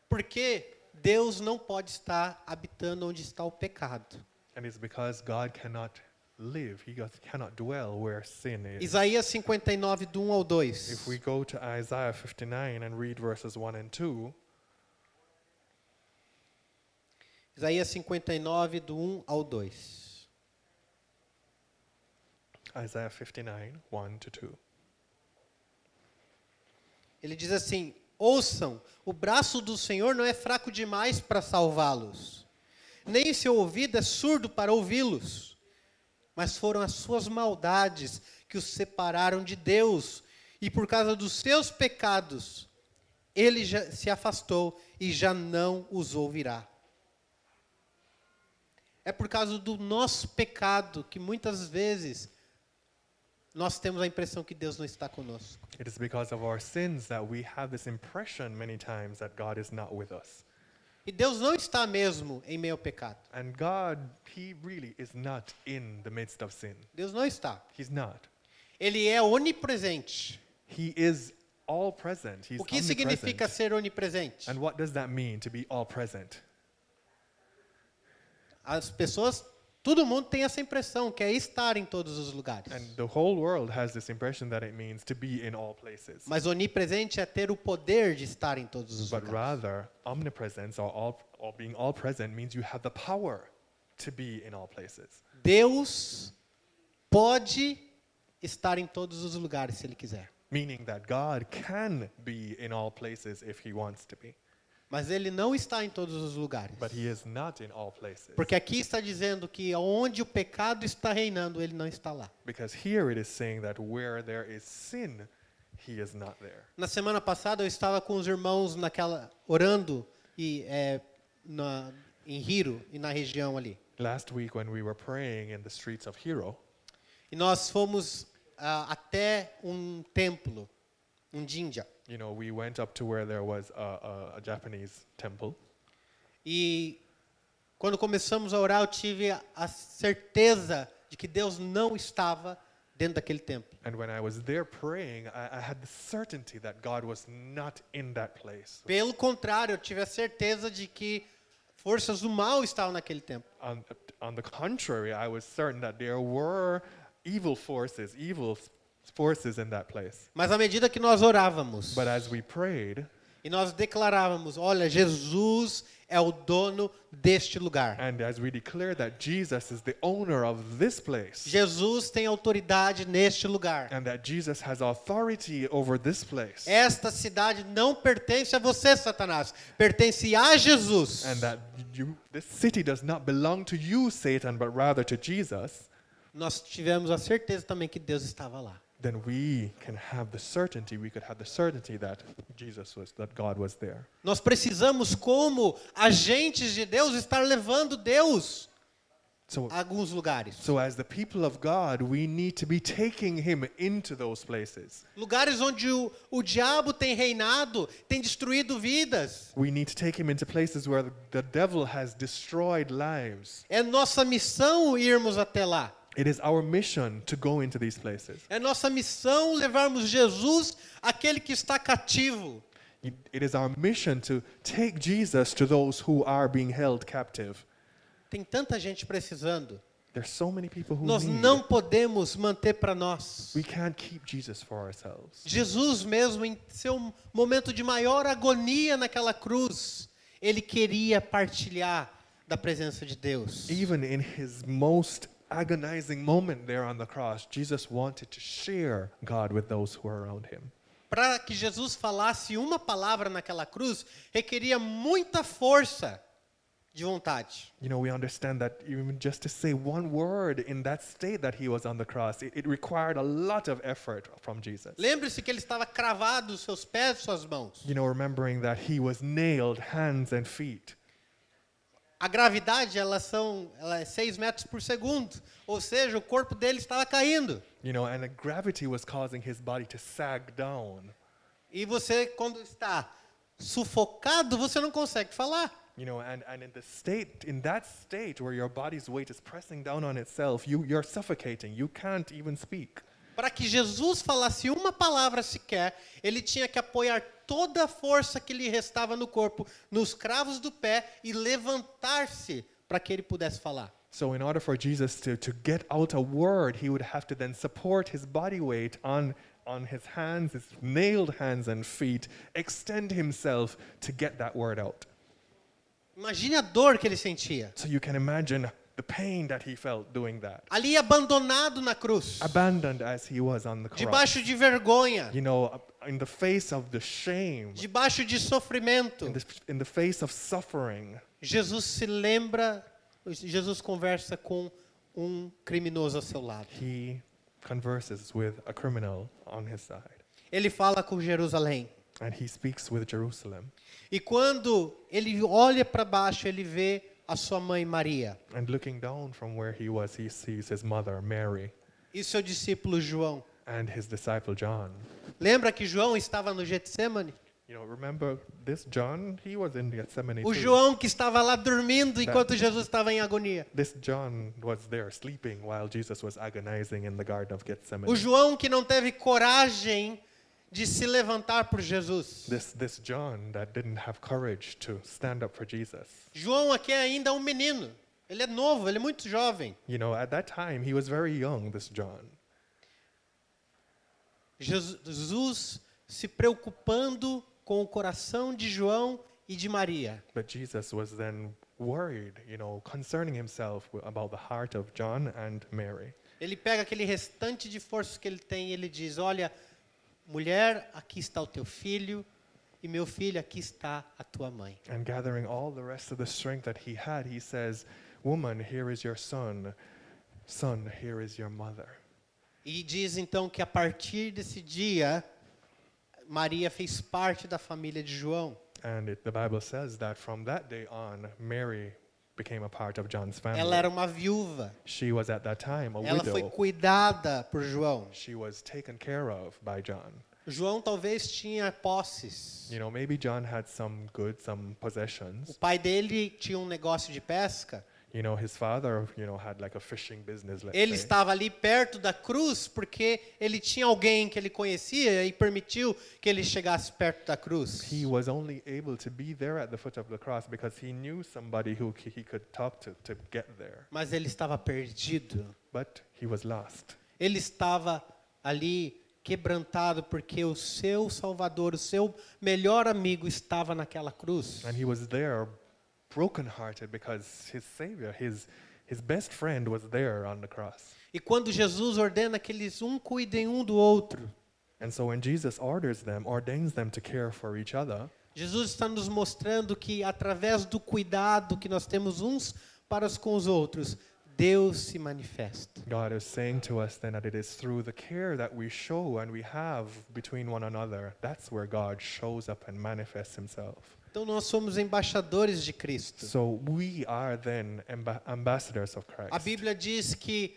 [SPEAKER 2] Porque Deus não pode estar habitando onde está o pecado.
[SPEAKER 1] And it's because God cannot live, He just cannot dwell where sin is.
[SPEAKER 2] Isaías 59, do 1 ao 2.
[SPEAKER 1] If we go to Isaiah 59 and read verses 1 and 2,
[SPEAKER 2] Isaías 59, do 1 ao 2.
[SPEAKER 1] Isaiah 59, 1 to 2.
[SPEAKER 2] Ele diz assim: Ouçam, o braço do Senhor não é fraco demais para salvá-los, nem seu ouvido é surdo para ouvi-los. Mas foram as suas maldades que os separaram de Deus, e por causa dos seus pecados, ele já se afastou e já não os ouvirá. É por causa do nosso pecado que muitas vezes nós temos a impressão que Deus não está conosco.
[SPEAKER 1] It is because of our sins that we have this impression many times that God is not with us.
[SPEAKER 2] E Deus não está mesmo em meio ao pecado.
[SPEAKER 1] And God, He really is not in the midst of sin.
[SPEAKER 2] Deus não está.
[SPEAKER 1] He's not.
[SPEAKER 2] Ele é onipresente.
[SPEAKER 1] He is all present. He's
[SPEAKER 2] O que
[SPEAKER 1] omnipresent.
[SPEAKER 2] significa ser onipresente?
[SPEAKER 1] And what does that mean to be all present?
[SPEAKER 2] As pessoas, todo mundo tem essa impressão que é estar em todos os lugares.
[SPEAKER 1] And the whole world has this impression that it means to be in all places.
[SPEAKER 2] Mas onipresente é ter o poder de estar em todos os
[SPEAKER 1] But
[SPEAKER 2] lugares.
[SPEAKER 1] rather, omnipresence or, all, or being all present means you have the power to be in all places.
[SPEAKER 2] Deus pode estar em todos os lugares se ele quiser,
[SPEAKER 1] Meaning that God can be in all places if he wants to be.
[SPEAKER 2] mas ele não está em todos os lugares.
[SPEAKER 1] But he is not in all places.
[SPEAKER 2] Porque aqui está dizendo que onde o pecado está reinando, ele não está lá.
[SPEAKER 1] Because here it is saying that where there is sin, he is not there.
[SPEAKER 2] Na semana passada eu estava com os irmãos naquela orando e é, na, em Hiro e na região ali.
[SPEAKER 1] Last week, when we were praying in the streets of Hiro,
[SPEAKER 2] E nós fomos ah, até um templo, um jinja.
[SPEAKER 1] you know, we went up to where there was a, a, a Japanese temple.
[SPEAKER 2] E quando começamos a orar, eu tive a, a certeza de que Deus não estava dentro daquele templo.
[SPEAKER 1] And when I was there praying, I, I had the certainty that God was not in that place.
[SPEAKER 2] Pelo contrário, eu tive a certeza de que forças do mal estavam naquele templo.
[SPEAKER 1] On, on the contrary, I was certain that there were evil forces, evil s- forces in that place.
[SPEAKER 2] Mas à medida que nós orávamos,
[SPEAKER 1] But as we prayed,
[SPEAKER 2] E nós declarávamos: olha, Jesus é o dono deste lugar.
[SPEAKER 1] And as we declare that Jesus is the owner of this place,
[SPEAKER 2] Jesus tem autoridade neste lugar.
[SPEAKER 1] and that Jesus has authority over this place,
[SPEAKER 2] Esta cidade não pertence a você, Satanás. Pertence a Jesus.
[SPEAKER 1] and that you, this city does not belong to you, Satan, but rather to Jesus,
[SPEAKER 2] Nós tivemos a certeza também que Deus estava lá.
[SPEAKER 1] then we can have the certainty, we could have the certainty that Jesus was, that God was there.
[SPEAKER 2] Nós precisamos, como agentes de Deus, estar levando Deus
[SPEAKER 1] So,
[SPEAKER 2] a alguns lugares.
[SPEAKER 1] so as the people of God, we need to be taking him into those places.
[SPEAKER 2] Lugares onde o, o diabo tem reinado, tem destruído vidas.
[SPEAKER 1] We need to take him into places where the devil has destroyed lives.
[SPEAKER 2] É nossa missão irmos até lá.
[SPEAKER 1] It is our mission to go into these places.
[SPEAKER 2] É nossa missão levarmos Jesus àquele que está cativo.
[SPEAKER 1] It it is our mission to take Jesus to those who are being held captive.
[SPEAKER 2] Tem tanta gente precisando.
[SPEAKER 1] There's so many people who
[SPEAKER 2] Nós
[SPEAKER 1] need.
[SPEAKER 2] não podemos manter para nós.
[SPEAKER 1] We can't keep Jesus for ourselves.
[SPEAKER 2] Jesus mesmo, em seu momento de maior agonia naquela cruz, ele queria partilhar da presença de Deus.
[SPEAKER 1] Even in his most agonizing moment there on the cross, Jesus wanted to share God with those who are around him.
[SPEAKER 2] Para que Jesus falasse uma palavra naquela cruz, requeria muita força de vontade.
[SPEAKER 1] You know, we understand that even just to say one word in that state that he was on the cross, it, it required a lot of effort from Jesus.
[SPEAKER 2] Lembre-se que ele estava cravado, seus pés, suas mãos.
[SPEAKER 1] You know, remembering that he was nailed hands and feet.
[SPEAKER 2] A gravidade, elas são, ela é 6 metros por segundo, ou seja, o corpo dele estava caindo.
[SPEAKER 1] You know, and the gravity was causing his body to sag down.
[SPEAKER 2] E você, quando está sufocado, você não consegue falar.
[SPEAKER 1] You know, and, and in the state, in that state where your body's weight is pressing down on itself, you, you're suffocating. You can't even speak.
[SPEAKER 2] Para que Jesus falasse uma palavra sequer, ele tinha que apoiar toda a força que lhe restava no corpo, nos cravos do pé e levantar-se para que ele pudesse falar.
[SPEAKER 1] So, in order for Jesus to, to get out a word, he would have to then support his body weight on, on his hands, his nailed hands and feet, extend himself to get that word out.
[SPEAKER 2] Imagine a dor que ele sentia.
[SPEAKER 1] So, you can imagine the pain that he felt doing that.
[SPEAKER 2] Ali abandonado na cruz,
[SPEAKER 1] Abandoned as he was on the cross.
[SPEAKER 2] debaixo de vergonha,
[SPEAKER 1] You know, in the face of the shame,
[SPEAKER 2] debaixo de
[SPEAKER 1] in
[SPEAKER 2] sofrimento.
[SPEAKER 1] the, in the face of suffering,
[SPEAKER 2] Jesus se lembra, Jesus conversa com um criminoso ao seu lado.
[SPEAKER 1] he converses with a criminal on his side
[SPEAKER 2] Ele fala com Jerusalém.
[SPEAKER 1] and he speaks with Jerusalem.
[SPEAKER 2] E quando ele olha para baixo, ele vê a sua mãe Maria
[SPEAKER 1] And looking down from where he was, he sees his mother, Mary,
[SPEAKER 2] e seu discípulo João.
[SPEAKER 1] and his disciple, John.
[SPEAKER 2] Lembra que João estava no Getsemane?
[SPEAKER 1] You know, remember this John? He was in Gethsemane.
[SPEAKER 2] O
[SPEAKER 1] too.
[SPEAKER 2] João que estava lá dormindo enquanto Jesus estava em agonia.
[SPEAKER 1] This John was there sleeping while Jesus was agonizing in the Garden of Gethsemane.
[SPEAKER 2] O João que não teve coragem de se levantar por Jesus.
[SPEAKER 1] This, this John that didn't have courage to stand up for Jesus.
[SPEAKER 2] João aqui é ainda um menino. Ele é novo, ele é muito jovem.
[SPEAKER 1] You know, at that time, he was very young, this John.
[SPEAKER 2] Jesus se preocupando com o coração de João e de Maria.
[SPEAKER 1] But Jesus was then worried, you know, concerning himself w- about the heart of John and Mary.
[SPEAKER 2] Ele pega aquele restante de forças que ele tem e ele diz: Olha, mulher, aqui está o teu filho, e meu filho, aqui está a tua mãe.
[SPEAKER 1] And gathering all the rest of the strength that he had, he says, Woman, here is your son. Son, here is your mother.
[SPEAKER 2] E diz então que a partir desse dia, Maria fez parte da família de João.
[SPEAKER 1] And it, the Bible says that from that day on, Mary became a part of John's family.
[SPEAKER 2] Ela era uma viúva.
[SPEAKER 1] she was at that time a
[SPEAKER 2] Ela foi
[SPEAKER 1] widow.
[SPEAKER 2] cuidada por João.
[SPEAKER 1] She was taken care of by John.
[SPEAKER 2] João talvez tinha posses.
[SPEAKER 1] You know, maybe John had some good, some
[SPEAKER 2] O
[SPEAKER 1] possessions.
[SPEAKER 2] pai dele tinha um negócio de pesca.
[SPEAKER 1] You know, his father, you know, had like a fishing business. Let's
[SPEAKER 2] Ele
[SPEAKER 1] say.
[SPEAKER 2] estava ali perto da cruz porque ele tinha alguém que ele conhecia e permitiu que ele chegasse perto da cruz.
[SPEAKER 1] he was only able to be there at the foot of the cross because he knew somebody who c- he could talk to to get there.
[SPEAKER 2] Mas ele estava perdido.
[SPEAKER 1] But he was lost.
[SPEAKER 2] Ele estava ali quebrantado porque o seu Salvador, o seu melhor amigo estava naquela cruz.
[SPEAKER 1] And he was there brokenhearted because his Savior, his, his best friend, was there on the cross.
[SPEAKER 2] E quando Jesus ordena que eles um cuidem um do outro,
[SPEAKER 1] And so when Jesus orders them, ordains them to care for each other,
[SPEAKER 2] Jesus está nos mostrando que através do cuidado que nós temos uns para os com os outros, Deus se manifesta.
[SPEAKER 1] God is saying to us then that it is through the care that we show and we have between one another, that's where God shows up and manifests himself.
[SPEAKER 2] Então nós somos embaixadores de Cristo.
[SPEAKER 1] So we are then amba- ambassadors of Christ.
[SPEAKER 2] A Bíblia diz que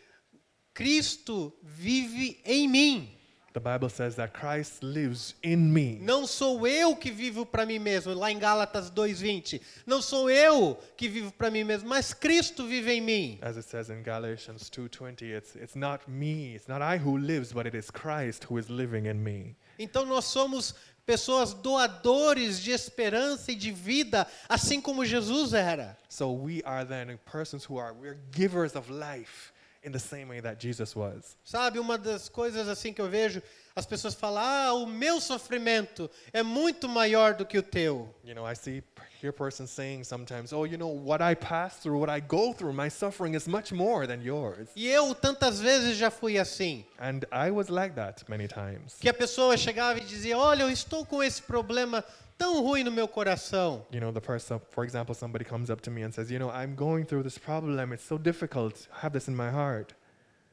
[SPEAKER 2] Cristo vive em mim.
[SPEAKER 1] The Bible says that Christ lives in me.
[SPEAKER 2] Não sou eu que vivo para mim mesmo, lá em Gálatas 2:20. Não sou eu que vivo para mim mesmo, mas Cristo vive em mim.
[SPEAKER 1] As it says in Galatians 2:20, it's it's not me, it's not I who lives, but it is Christ who is living in me.
[SPEAKER 2] Então nós somos pessoas doadores de esperança e de vida, assim como Jesus era.
[SPEAKER 1] So we are then persons who are we're givers of life in the same way that Jesus was.
[SPEAKER 2] Sabe, uma das coisas assim que eu vejo, as pessoas falam: "Ah, o meu sofrimento é muito maior do que o teu".
[SPEAKER 1] You know, I see hear persons saying sometimes, "Oh, you know what I pass through, what I go through, my suffering is much more than yours."
[SPEAKER 2] E eu tantas vezes já fui assim.
[SPEAKER 1] And I was like that many times.
[SPEAKER 2] que a pessoa chegava e dizia: Olha, eu estou com esse problema tão ruim no meu coração.
[SPEAKER 1] You know, the person, for example, somebody comes up to me and says, "You know, I'm going through this problem. It's so difficult. I have this in my heart."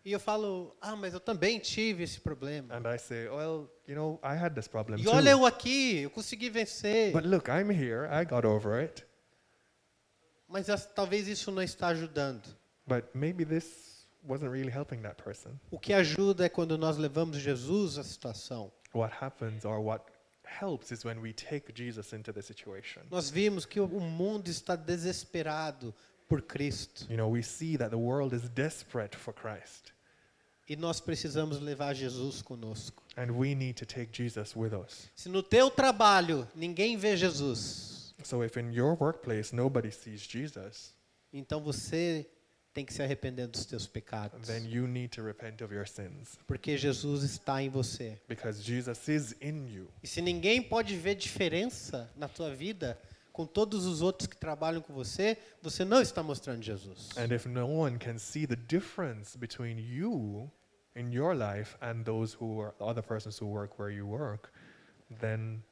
[SPEAKER 2] E eu falo: Ah, mas eu também tive esse problema.
[SPEAKER 1] And I say, well, you know, I had this problem
[SPEAKER 2] E
[SPEAKER 1] too.
[SPEAKER 2] olha eu aqui, eu consegui vencer.
[SPEAKER 1] But look, I'm here. I got over it.
[SPEAKER 2] Mas as- talvez isso não está ajudando.
[SPEAKER 1] But maybe this wasn't really helping that person.
[SPEAKER 2] O que ajuda é quando nós levamos Jesus à situação.
[SPEAKER 1] What happens or what helps is when we take Jesus into the situation.
[SPEAKER 2] Nós vimos que o o mundo está desesperado por Cristo.
[SPEAKER 1] You know, we see that the world is desperate for Christ,
[SPEAKER 2] E nós precisamos levar Jesus conosco.
[SPEAKER 1] and we need to take Jesus with us.
[SPEAKER 2] Se no teu trabalho ninguém vê Jesus,
[SPEAKER 1] So if in your workplace nobody sees Jesus,
[SPEAKER 2] então você tem que se arrepender dos teus pecados.
[SPEAKER 1] then you need to repent of your sins
[SPEAKER 2] Porque Jesus está em você.
[SPEAKER 1] because Jesus is in you.
[SPEAKER 2] E se ninguém pode ver diferença na tua vida com todos os outros que trabalham com você, você não está mostrando Jesus.
[SPEAKER 1] And if no one can see the difference between you in your life and those who are the other persons who work where you work, then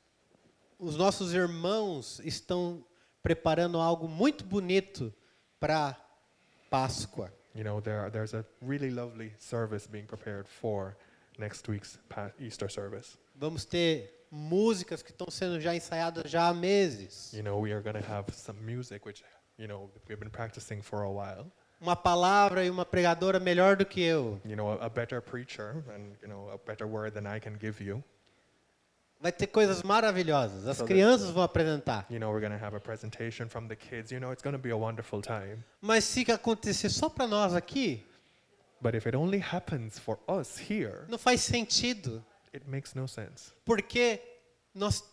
[SPEAKER 2] Os nossos irmãos estão preparando algo muito bonito para Páscoa.
[SPEAKER 1] you know there there's a really lovely service being prepared for next week's pa- Easter service.
[SPEAKER 2] Vamos ter músicas que estão sendo já ensaiadas já há meses.
[SPEAKER 1] You know we are going to have some music which you know we've been practicing for a while.
[SPEAKER 2] Uma palavra e uma pregadora melhor do que eu.
[SPEAKER 1] You know a, a better preacher and you know a better word than I can give you.
[SPEAKER 2] Vai ter coisas maravilhosas. As
[SPEAKER 1] Sobre-
[SPEAKER 2] crianças vão apresentar.
[SPEAKER 1] You know we're going to have a presentation from the kids. You know it's going to be a wonderful time.
[SPEAKER 2] Mas se que acontecer só para nós aqui,
[SPEAKER 1] But if it only happens for us here,
[SPEAKER 2] Não faz sentido,
[SPEAKER 1] it makes no sense
[SPEAKER 2] porque nós,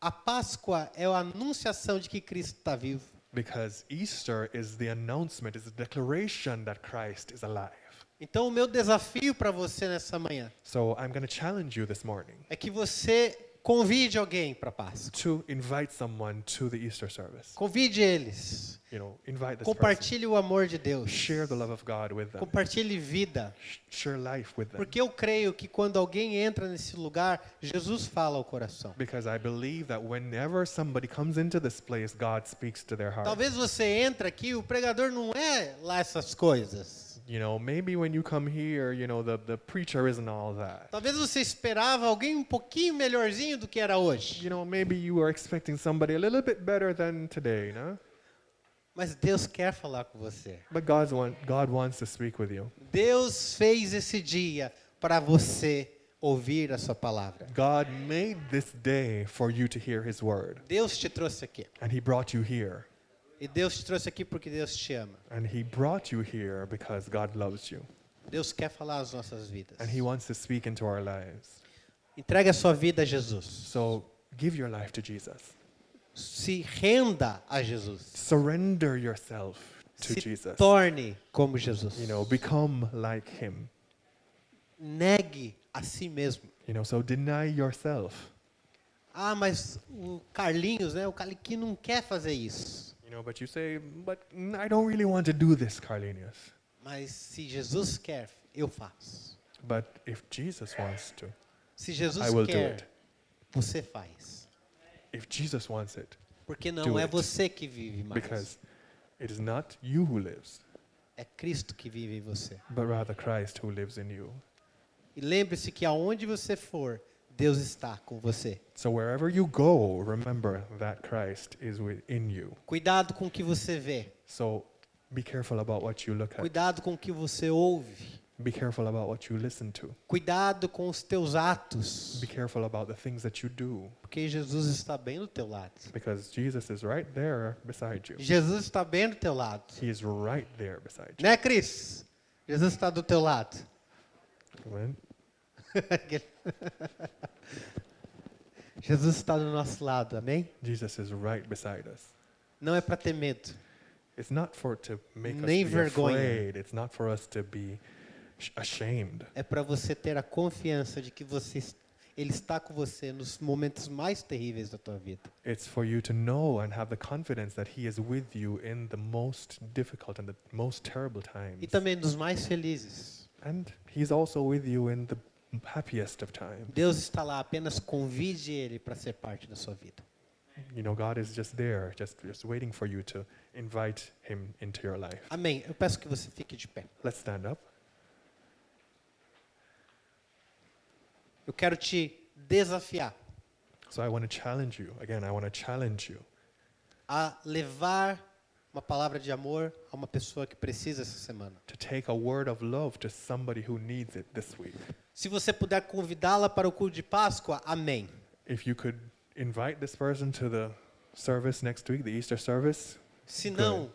[SPEAKER 2] a Páscoa é a anunciação de que Cristo está vivo.
[SPEAKER 1] because Easter is the announcement, is the declaration that Christ is alive.
[SPEAKER 2] Então, o meu desafio para você nessa manhã
[SPEAKER 1] So I'm going to challenge you this morning
[SPEAKER 2] é que você convide alguém para a Páscoa.
[SPEAKER 1] to invite someone to the Easter service.
[SPEAKER 2] Convide eles.
[SPEAKER 1] You know, invite this person.
[SPEAKER 2] Compartilhe o amor de Deus.
[SPEAKER 1] Share the love of God with them.
[SPEAKER 2] Compartilhe vida.
[SPEAKER 1] Sh- Share life with them.
[SPEAKER 2] Porque eu creio que quando alguém entra nesse lugar, Jesus fala ao coração.
[SPEAKER 1] Because I believe that whenever somebody comes into this place, God speaks to their heart.
[SPEAKER 2] Talvez você entra aqui, o pregador não é lá essas coisas.
[SPEAKER 1] You know, maybe when you come here, you know, the, the preacher isn't all that.
[SPEAKER 2] Talvez você esperava alguém um pouquinho melhorzinho do que era hoje.
[SPEAKER 1] You know, maybe you were expecting somebody a little bit better than today, no?
[SPEAKER 2] Mas Deus quer falar com você.
[SPEAKER 1] But God's want, God wants to speak with you.
[SPEAKER 2] Deus fez esse dia para você ouvir a sua palavra.
[SPEAKER 1] God made this day for you to hear His word,
[SPEAKER 2] Deus te trouxe aqui.
[SPEAKER 1] and He brought you here.
[SPEAKER 2] E Deus te trouxe aqui porque Deus te ama.
[SPEAKER 1] And He brought you here because God loves you,
[SPEAKER 2] Deus quer falar as nossas vidas.
[SPEAKER 1] and He wants to speak into our lives.
[SPEAKER 2] Entregue a sua vida a Jesus.
[SPEAKER 1] So give your life to Jesus.
[SPEAKER 2] Se renda a Jesus.
[SPEAKER 1] Surrender yourself to
[SPEAKER 2] Se
[SPEAKER 1] Jesus.
[SPEAKER 2] torne como Jesus.
[SPEAKER 1] You know, become like Him.
[SPEAKER 2] Negue a si mesmo.
[SPEAKER 1] You know, so deny yourself.
[SPEAKER 2] Ah, mas o Carlinhos, né? O Carlinhos não quer fazer isso.
[SPEAKER 1] You know, but you say, but mm, I don't really want to do this, Carlenius.
[SPEAKER 2] Mas se Jesus quer, eu faço.
[SPEAKER 1] But if Jesus wants to,
[SPEAKER 2] Se Jesus
[SPEAKER 1] I will do it.
[SPEAKER 2] quer, você faz.
[SPEAKER 1] If Jesus wants it,
[SPEAKER 2] Porque não
[SPEAKER 1] Do
[SPEAKER 2] é
[SPEAKER 1] it.
[SPEAKER 2] você que vive mais.
[SPEAKER 1] because it is not you who lives,
[SPEAKER 2] É Cristo que vive em você.
[SPEAKER 1] but rather Christ who lives in you.
[SPEAKER 2] E lembre-se que aonde você for, Deus está com você.
[SPEAKER 1] So wherever you go, remember that Christ is within you.
[SPEAKER 2] Cuidado com o que você vê.
[SPEAKER 1] So be careful about what you look at.
[SPEAKER 2] Cuidado com o que você ouve.
[SPEAKER 1] Be careful about what you listen to.
[SPEAKER 2] Cuidado com os teus atos.
[SPEAKER 1] Be careful about the things that you do
[SPEAKER 2] Porque Jesus está bem do teu lado.
[SPEAKER 1] because Jesus is right there beside you.
[SPEAKER 2] Jesus está bem do teu lado.
[SPEAKER 1] He is right there beside you.
[SPEAKER 2] Né, Cris? Jesus está do teu lado.
[SPEAKER 1] Amen.
[SPEAKER 2] Jesus está do nosso lado, amém?
[SPEAKER 1] Jesus is right beside us.
[SPEAKER 2] Não é para ter medo.
[SPEAKER 1] It's not for to make us
[SPEAKER 2] Nem
[SPEAKER 1] be
[SPEAKER 2] vergonha.
[SPEAKER 1] afraid. It's not for us to be sh- ashamed.
[SPEAKER 2] É para você ter a confiança de que você, Ele está com você nos momentos mais terríveis da tua vida.
[SPEAKER 1] It's for you to know and have the confidence that He is with you in the most difficult and the most terrible times.
[SPEAKER 2] E também nos mais felizes.
[SPEAKER 1] And He's also with you in the happiest of times.
[SPEAKER 2] Deus está lá, apenas convide Ele para ser parte da sua vida.
[SPEAKER 1] You know, God is just there, just, just waiting for you to invite Him into your life.
[SPEAKER 2] Amém. Eu peço que você fique de pé.
[SPEAKER 1] Let's stand up.
[SPEAKER 2] Eu quero te desafiar
[SPEAKER 1] So I want to challenge you. Again, I want to challenge you
[SPEAKER 2] a levar uma palavra de amor a uma pessoa que precisa essa semana.
[SPEAKER 1] to take a word of love to somebody who needs it this week.
[SPEAKER 2] Se você puder convidá-la para o culto de Páscoa, amém.
[SPEAKER 1] if you could invite this person to the service next week, the Easter service.
[SPEAKER 2] Se não,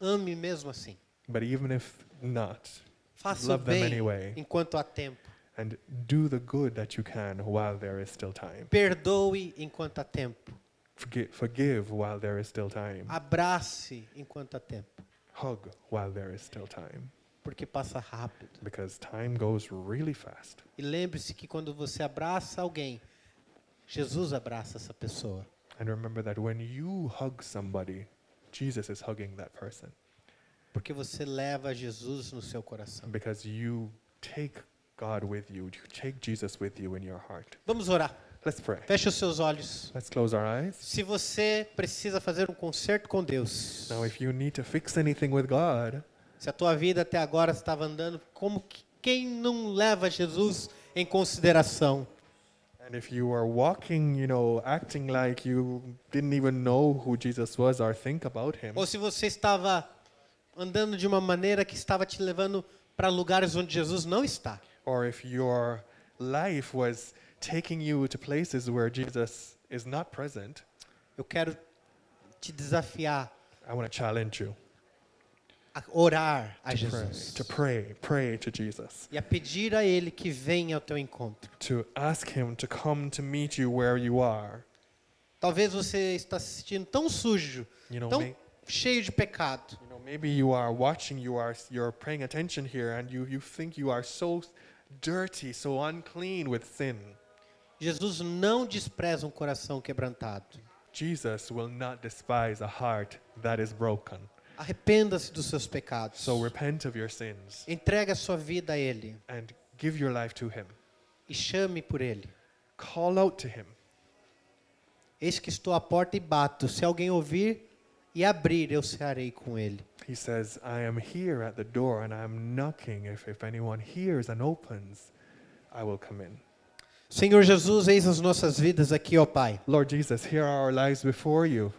[SPEAKER 2] ame mesmo assim.
[SPEAKER 1] But even if not,
[SPEAKER 2] Faça
[SPEAKER 1] Love
[SPEAKER 2] o
[SPEAKER 1] them
[SPEAKER 2] bem
[SPEAKER 1] anyway.
[SPEAKER 2] enquanto há tempo.
[SPEAKER 1] and do the good that you can while there is still time.
[SPEAKER 2] Perdoe enquanto há tempo.
[SPEAKER 1] Forgive, forgive while there is still time.
[SPEAKER 2] Abrace enquanto há tempo.
[SPEAKER 1] Hug while there is still time.
[SPEAKER 2] Porque passa rápido.
[SPEAKER 1] Because time goes really fast.
[SPEAKER 2] E lembre-se que quando você abraça alguém, Jesus abraça essa pessoa.
[SPEAKER 1] And remember that when you hug somebody, Jesus is hugging that person.
[SPEAKER 2] Porque você leva Jesus no seu coração.
[SPEAKER 1] Because you take God with you, you take Jesus with you in your heart.
[SPEAKER 2] Vamos orar.
[SPEAKER 1] Let's pray.
[SPEAKER 2] Feche os seus olhos.
[SPEAKER 1] Let's close our eyes.
[SPEAKER 2] Se você precisa fazer um concerto com Deus,
[SPEAKER 1] Now, if you need to fix anything with God,
[SPEAKER 2] se a tua vida até agora estava andando como que- quem não leva Jesus em consideração,
[SPEAKER 1] And if you are walking, you know, acting like you didn't even know who Jesus was or think about him,
[SPEAKER 2] ou se você estava andando de uma maneira que estava te levando para lugares onde Jesus não está,
[SPEAKER 1] or if your life was taking you to places where Jesus is not present,
[SPEAKER 2] eu quero te desafiar
[SPEAKER 1] I want to challenge you
[SPEAKER 2] a orar a
[SPEAKER 1] to pray,
[SPEAKER 2] Jesus
[SPEAKER 1] to pray, pray to Jesus,
[SPEAKER 2] e a pedir a Ele que venha ao teu encontro.
[SPEAKER 1] to ask him to come to meet you where you are.
[SPEAKER 2] Talvez você está se sentindo tão sujo,
[SPEAKER 1] You know,
[SPEAKER 2] tão
[SPEAKER 1] may-
[SPEAKER 2] cheio de pecado.
[SPEAKER 1] You know, maybe you are watching, you are you're paying attention here, and you, you think you are so dirty, so unclean with sin.
[SPEAKER 2] Jesus não despreza um coração quebrantado.
[SPEAKER 1] Jesus will not despise a heart that is broken.
[SPEAKER 2] Arrependa-se dos seus pecados.
[SPEAKER 1] So repent of your sins
[SPEAKER 2] Entregue a sua vida a Ele
[SPEAKER 1] and give your life to Him.
[SPEAKER 2] e chame por Ele.
[SPEAKER 1] Call out to Him.
[SPEAKER 2] Eis que estou à porta e bato. Se alguém ouvir e abrir, eu cearei com Ele.
[SPEAKER 1] He says, I am here at the door and I am knocking. If, if anyone hears and opens, I will come in.
[SPEAKER 2] Senhor Jesus, eis as nossas vidas aqui, ó Pai.
[SPEAKER 1] Lord Jesus, here are our lives before you.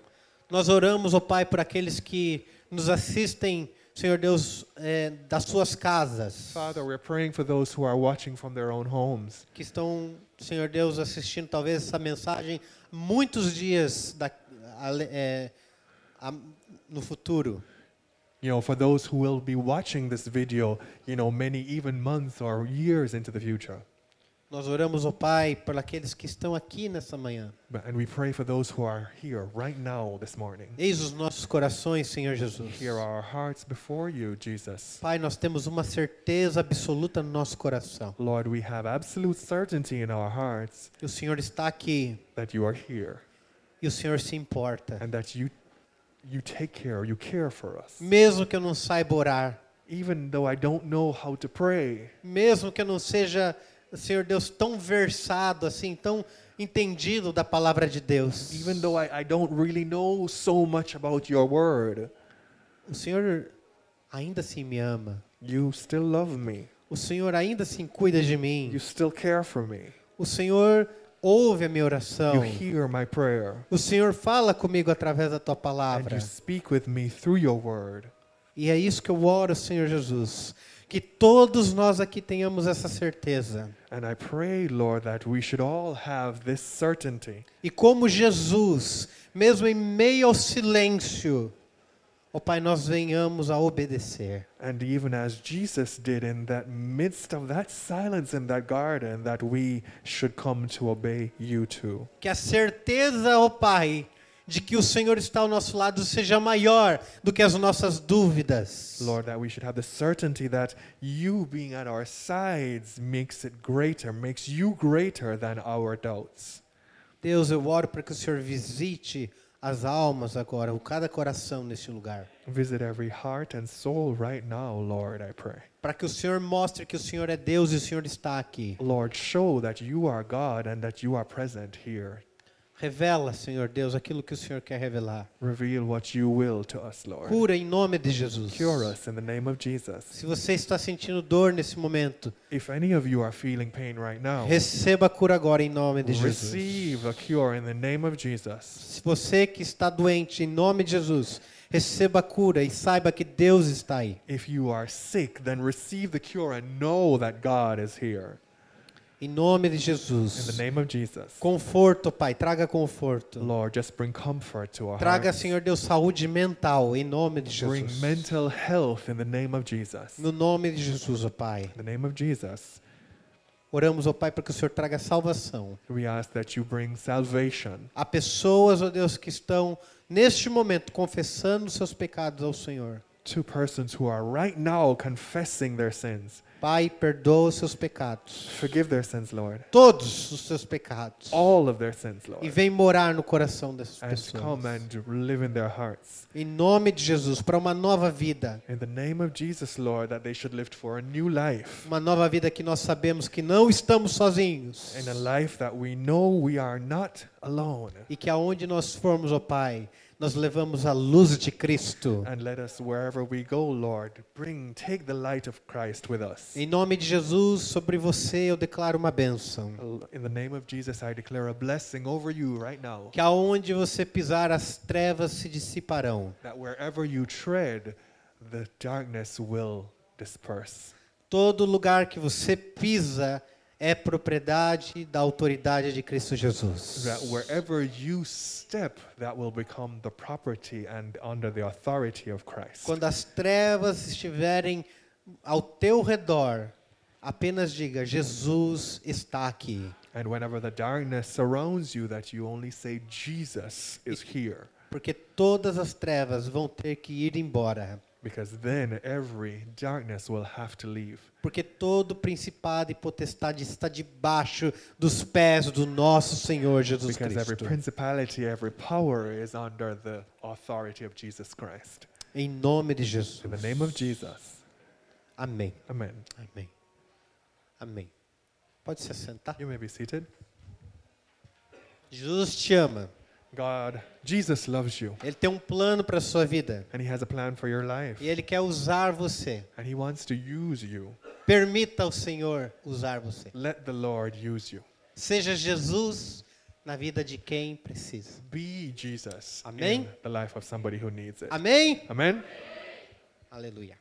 [SPEAKER 2] Nós oramos, ó Pai, por aqueles que nos assistem, Senhor Deus, eh, das suas casas.
[SPEAKER 1] Father, we're praying for those who are watching from their own homes,
[SPEAKER 2] Que estão, Senhor Deus, assistindo talvez essa mensagem muitos dias da- ale- eh, a- no futuro.
[SPEAKER 1] you know, for those who will be watching this video, you know, many even months or years into the future.
[SPEAKER 2] Nós oramos, ó Pai, por aqueles que estão aqui nessa manhã.
[SPEAKER 1] But, and we pray for those who are here right now this morning.
[SPEAKER 2] Eis os nossos corações, Senhor Jesus.
[SPEAKER 1] Here are our hearts before you, Jesus.
[SPEAKER 2] Pai, nós temos uma certeza absoluta no nosso coração.
[SPEAKER 1] Lord, we have absolute certainty in our hearts
[SPEAKER 2] E o Senhor está aqui
[SPEAKER 1] that you are here
[SPEAKER 2] e o Senhor se importa.
[SPEAKER 1] and that you you take care, you care for us.
[SPEAKER 2] mesmo que eu não saiba orar,
[SPEAKER 1] Even though I don't know how to pray,
[SPEAKER 2] mesmo que eu não seja, Senhor Deus, tão versado assim, tão entendido da palavra de Deus.
[SPEAKER 1] even though I, I don't really know so much about your word,
[SPEAKER 2] O Senhor ainda assim me ama.
[SPEAKER 1] you still love me.
[SPEAKER 2] O Senhor ainda assim cuida de mim.
[SPEAKER 1] You still care for me.
[SPEAKER 2] O Senhor ouve a minha
[SPEAKER 1] You
[SPEAKER 2] oração.
[SPEAKER 1] hear my prayer.
[SPEAKER 2] O Senhor fala comigo através da tua
[SPEAKER 1] And
[SPEAKER 2] palavra.
[SPEAKER 1] you speak with me through your word.
[SPEAKER 2] E é isso que eu oro, Senhor Jesus. Que todos nós aqui tenhamos essa certeza.
[SPEAKER 1] And I pray, Lord, that we should all have this certainty
[SPEAKER 2] E como Jesus, mesmo em meio ao silêncio, ó Pai, nós venhamos a obedecer.
[SPEAKER 1] And even as Jesus did in that midst of that silence in that garden, that we should come to obey you too.
[SPEAKER 2] Que a certeza, ó Pai, de que o Senhor está ao nosso lado seja maior do que as nossas dúvidas.
[SPEAKER 1] Lord, that we should have the certainty that you being at our sides makes it greater, makes you greater than our doubts.
[SPEAKER 2] Deus, eu oro para que o Senhor visite as almas agora, o cada coração neste lugar.
[SPEAKER 1] Visit every heart and soul right now, Lord, I pray.
[SPEAKER 2] Para que o Senhor mostre que o Senhor é Deus e o Senhor está aqui.
[SPEAKER 1] Lord, show that you are God and that you are present here.
[SPEAKER 2] Revela, Senhor Deus, aquilo que o Senhor quer revelar.
[SPEAKER 1] Reveal what you will to us, Lord.
[SPEAKER 2] Cura em nome de Jesus.
[SPEAKER 1] Cure us in the name of Jesus.
[SPEAKER 2] Se você está sentindo dor nesse momento,
[SPEAKER 1] If any of you are feeling pain right now,
[SPEAKER 2] receba a cura agora em nome de Jesus.
[SPEAKER 1] Receive a cure in the name of Jesus.
[SPEAKER 2] Se você que está doente, em nome de Jesus, receba a cura e saiba que Deus está aí.
[SPEAKER 1] If you are sick, then receive the cure and know that God is here.
[SPEAKER 2] Em nome de
[SPEAKER 1] In the
[SPEAKER 2] Jesus.
[SPEAKER 1] name of Jesus.
[SPEAKER 2] Conforto, Pai, traga conforto.
[SPEAKER 1] Lord, just bring comfort to our
[SPEAKER 2] Traga,
[SPEAKER 1] hearts.
[SPEAKER 2] Senhor Deus, saúde mental em nome de
[SPEAKER 1] Bring
[SPEAKER 2] Jesus.
[SPEAKER 1] mental health in the name of Jesus. In
[SPEAKER 2] No nome de Jesus, ó Pai.
[SPEAKER 1] the name of Jesus,
[SPEAKER 2] Oramos, ó Pai, para que o Senhor traga salvação.
[SPEAKER 1] we ask that you bring salvation.
[SPEAKER 2] Há pessoas, ó Deus, que estão neste momento confessando seus pecados ao Senhor.
[SPEAKER 1] to persons who are right now confessing their sins.
[SPEAKER 2] Pai, perdoa os seus pecados.
[SPEAKER 1] Forgive their sins, Lord.
[SPEAKER 2] Todos os seus pecados.
[SPEAKER 1] All of their sins,
[SPEAKER 2] E
[SPEAKER 1] Lord.
[SPEAKER 2] vem morar no coração dessas
[SPEAKER 1] And come
[SPEAKER 2] pessoas.
[SPEAKER 1] and live in their hearts.
[SPEAKER 2] Em nome de Jesus, para uma nova vida.
[SPEAKER 1] In the name of Jesus, Lord, that they should live for a new life.
[SPEAKER 2] Uma nova vida que nós sabemos que não estamos sozinhos.
[SPEAKER 1] in a life that we know we are not alone.
[SPEAKER 2] E que aonde nós formos, ó Pai, nós levamos a luz de Cristo.
[SPEAKER 1] And let us, wherever we go, Lord, bring, take the light of Christ with us.
[SPEAKER 2] Em nome de Jesus, sobre você eu declaro uma bênção.
[SPEAKER 1] In the name of Jesus, I declare a blessing over you right now.
[SPEAKER 2] Que aonde você pisar, as trevas se dissiparão.
[SPEAKER 1] That wherever you tread, the darkness will disperse.
[SPEAKER 2] Todo lugar que você pisa é propriedade da autoridade de Cristo Jesus.
[SPEAKER 1] That wherever you step, that will become the property and under the authority of Christ.
[SPEAKER 2] Quando as trevas estiverem ao teu redor, apenas diga: Jesus está aqui.
[SPEAKER 1] And whenever the darkness surrounds you, that you only say, Jesus is here.
[SPEAKER 2] Porque todas as trevas vão ter que ir embora.
[SPEAKER 1] Because then every darkness will have to leave.
[SPEAKER 2] Porque todo principado e potestade está debaixo dos pés do nosso Senhor Jesus
[SPEAKER 1] Because every
[SPEAKER 2] Cristo.
[SPEAKER 1] principality, every power is under the authority of Jesus Christ.
[SPEAKER 2] Em nome de Jesus.
[SPEAKER 1] In the name of Jesus.
[SPEAKER 2] Amém.
[SPEAKER 1] Amen.
[SPEAKER 2] Amém. Amém. Pode se sentar.
[SPEAKER 1] You may be seated.
[SPEAKER 2] Jesus te ama.
[SPEAKER 1] God, Jesus loves you,
[SPEAKER 2] Ele tem um plano para sua vida.
[SPEAKER 1] and He has a plan for your life,
[SPEAKER 2] E ele quer usar você.
[SPEAKER 1] and He wants to use you.
[SPEAKER 2] Permita ao Senhor usar você.
[SPEAKER 1] Let the Lord use you.
[SPEAKER 2] Seja Jesus na vida de quem precisa.
[SPEAKER 1] Be Jesus
[SPEAKER 2] Amém.
[SPEAKER 1] in the life of somebody who needs it.
[SPEAKER 2] Amém?
[SPEAKER 1] Amen.
[SPEAKER 2] Aleluia.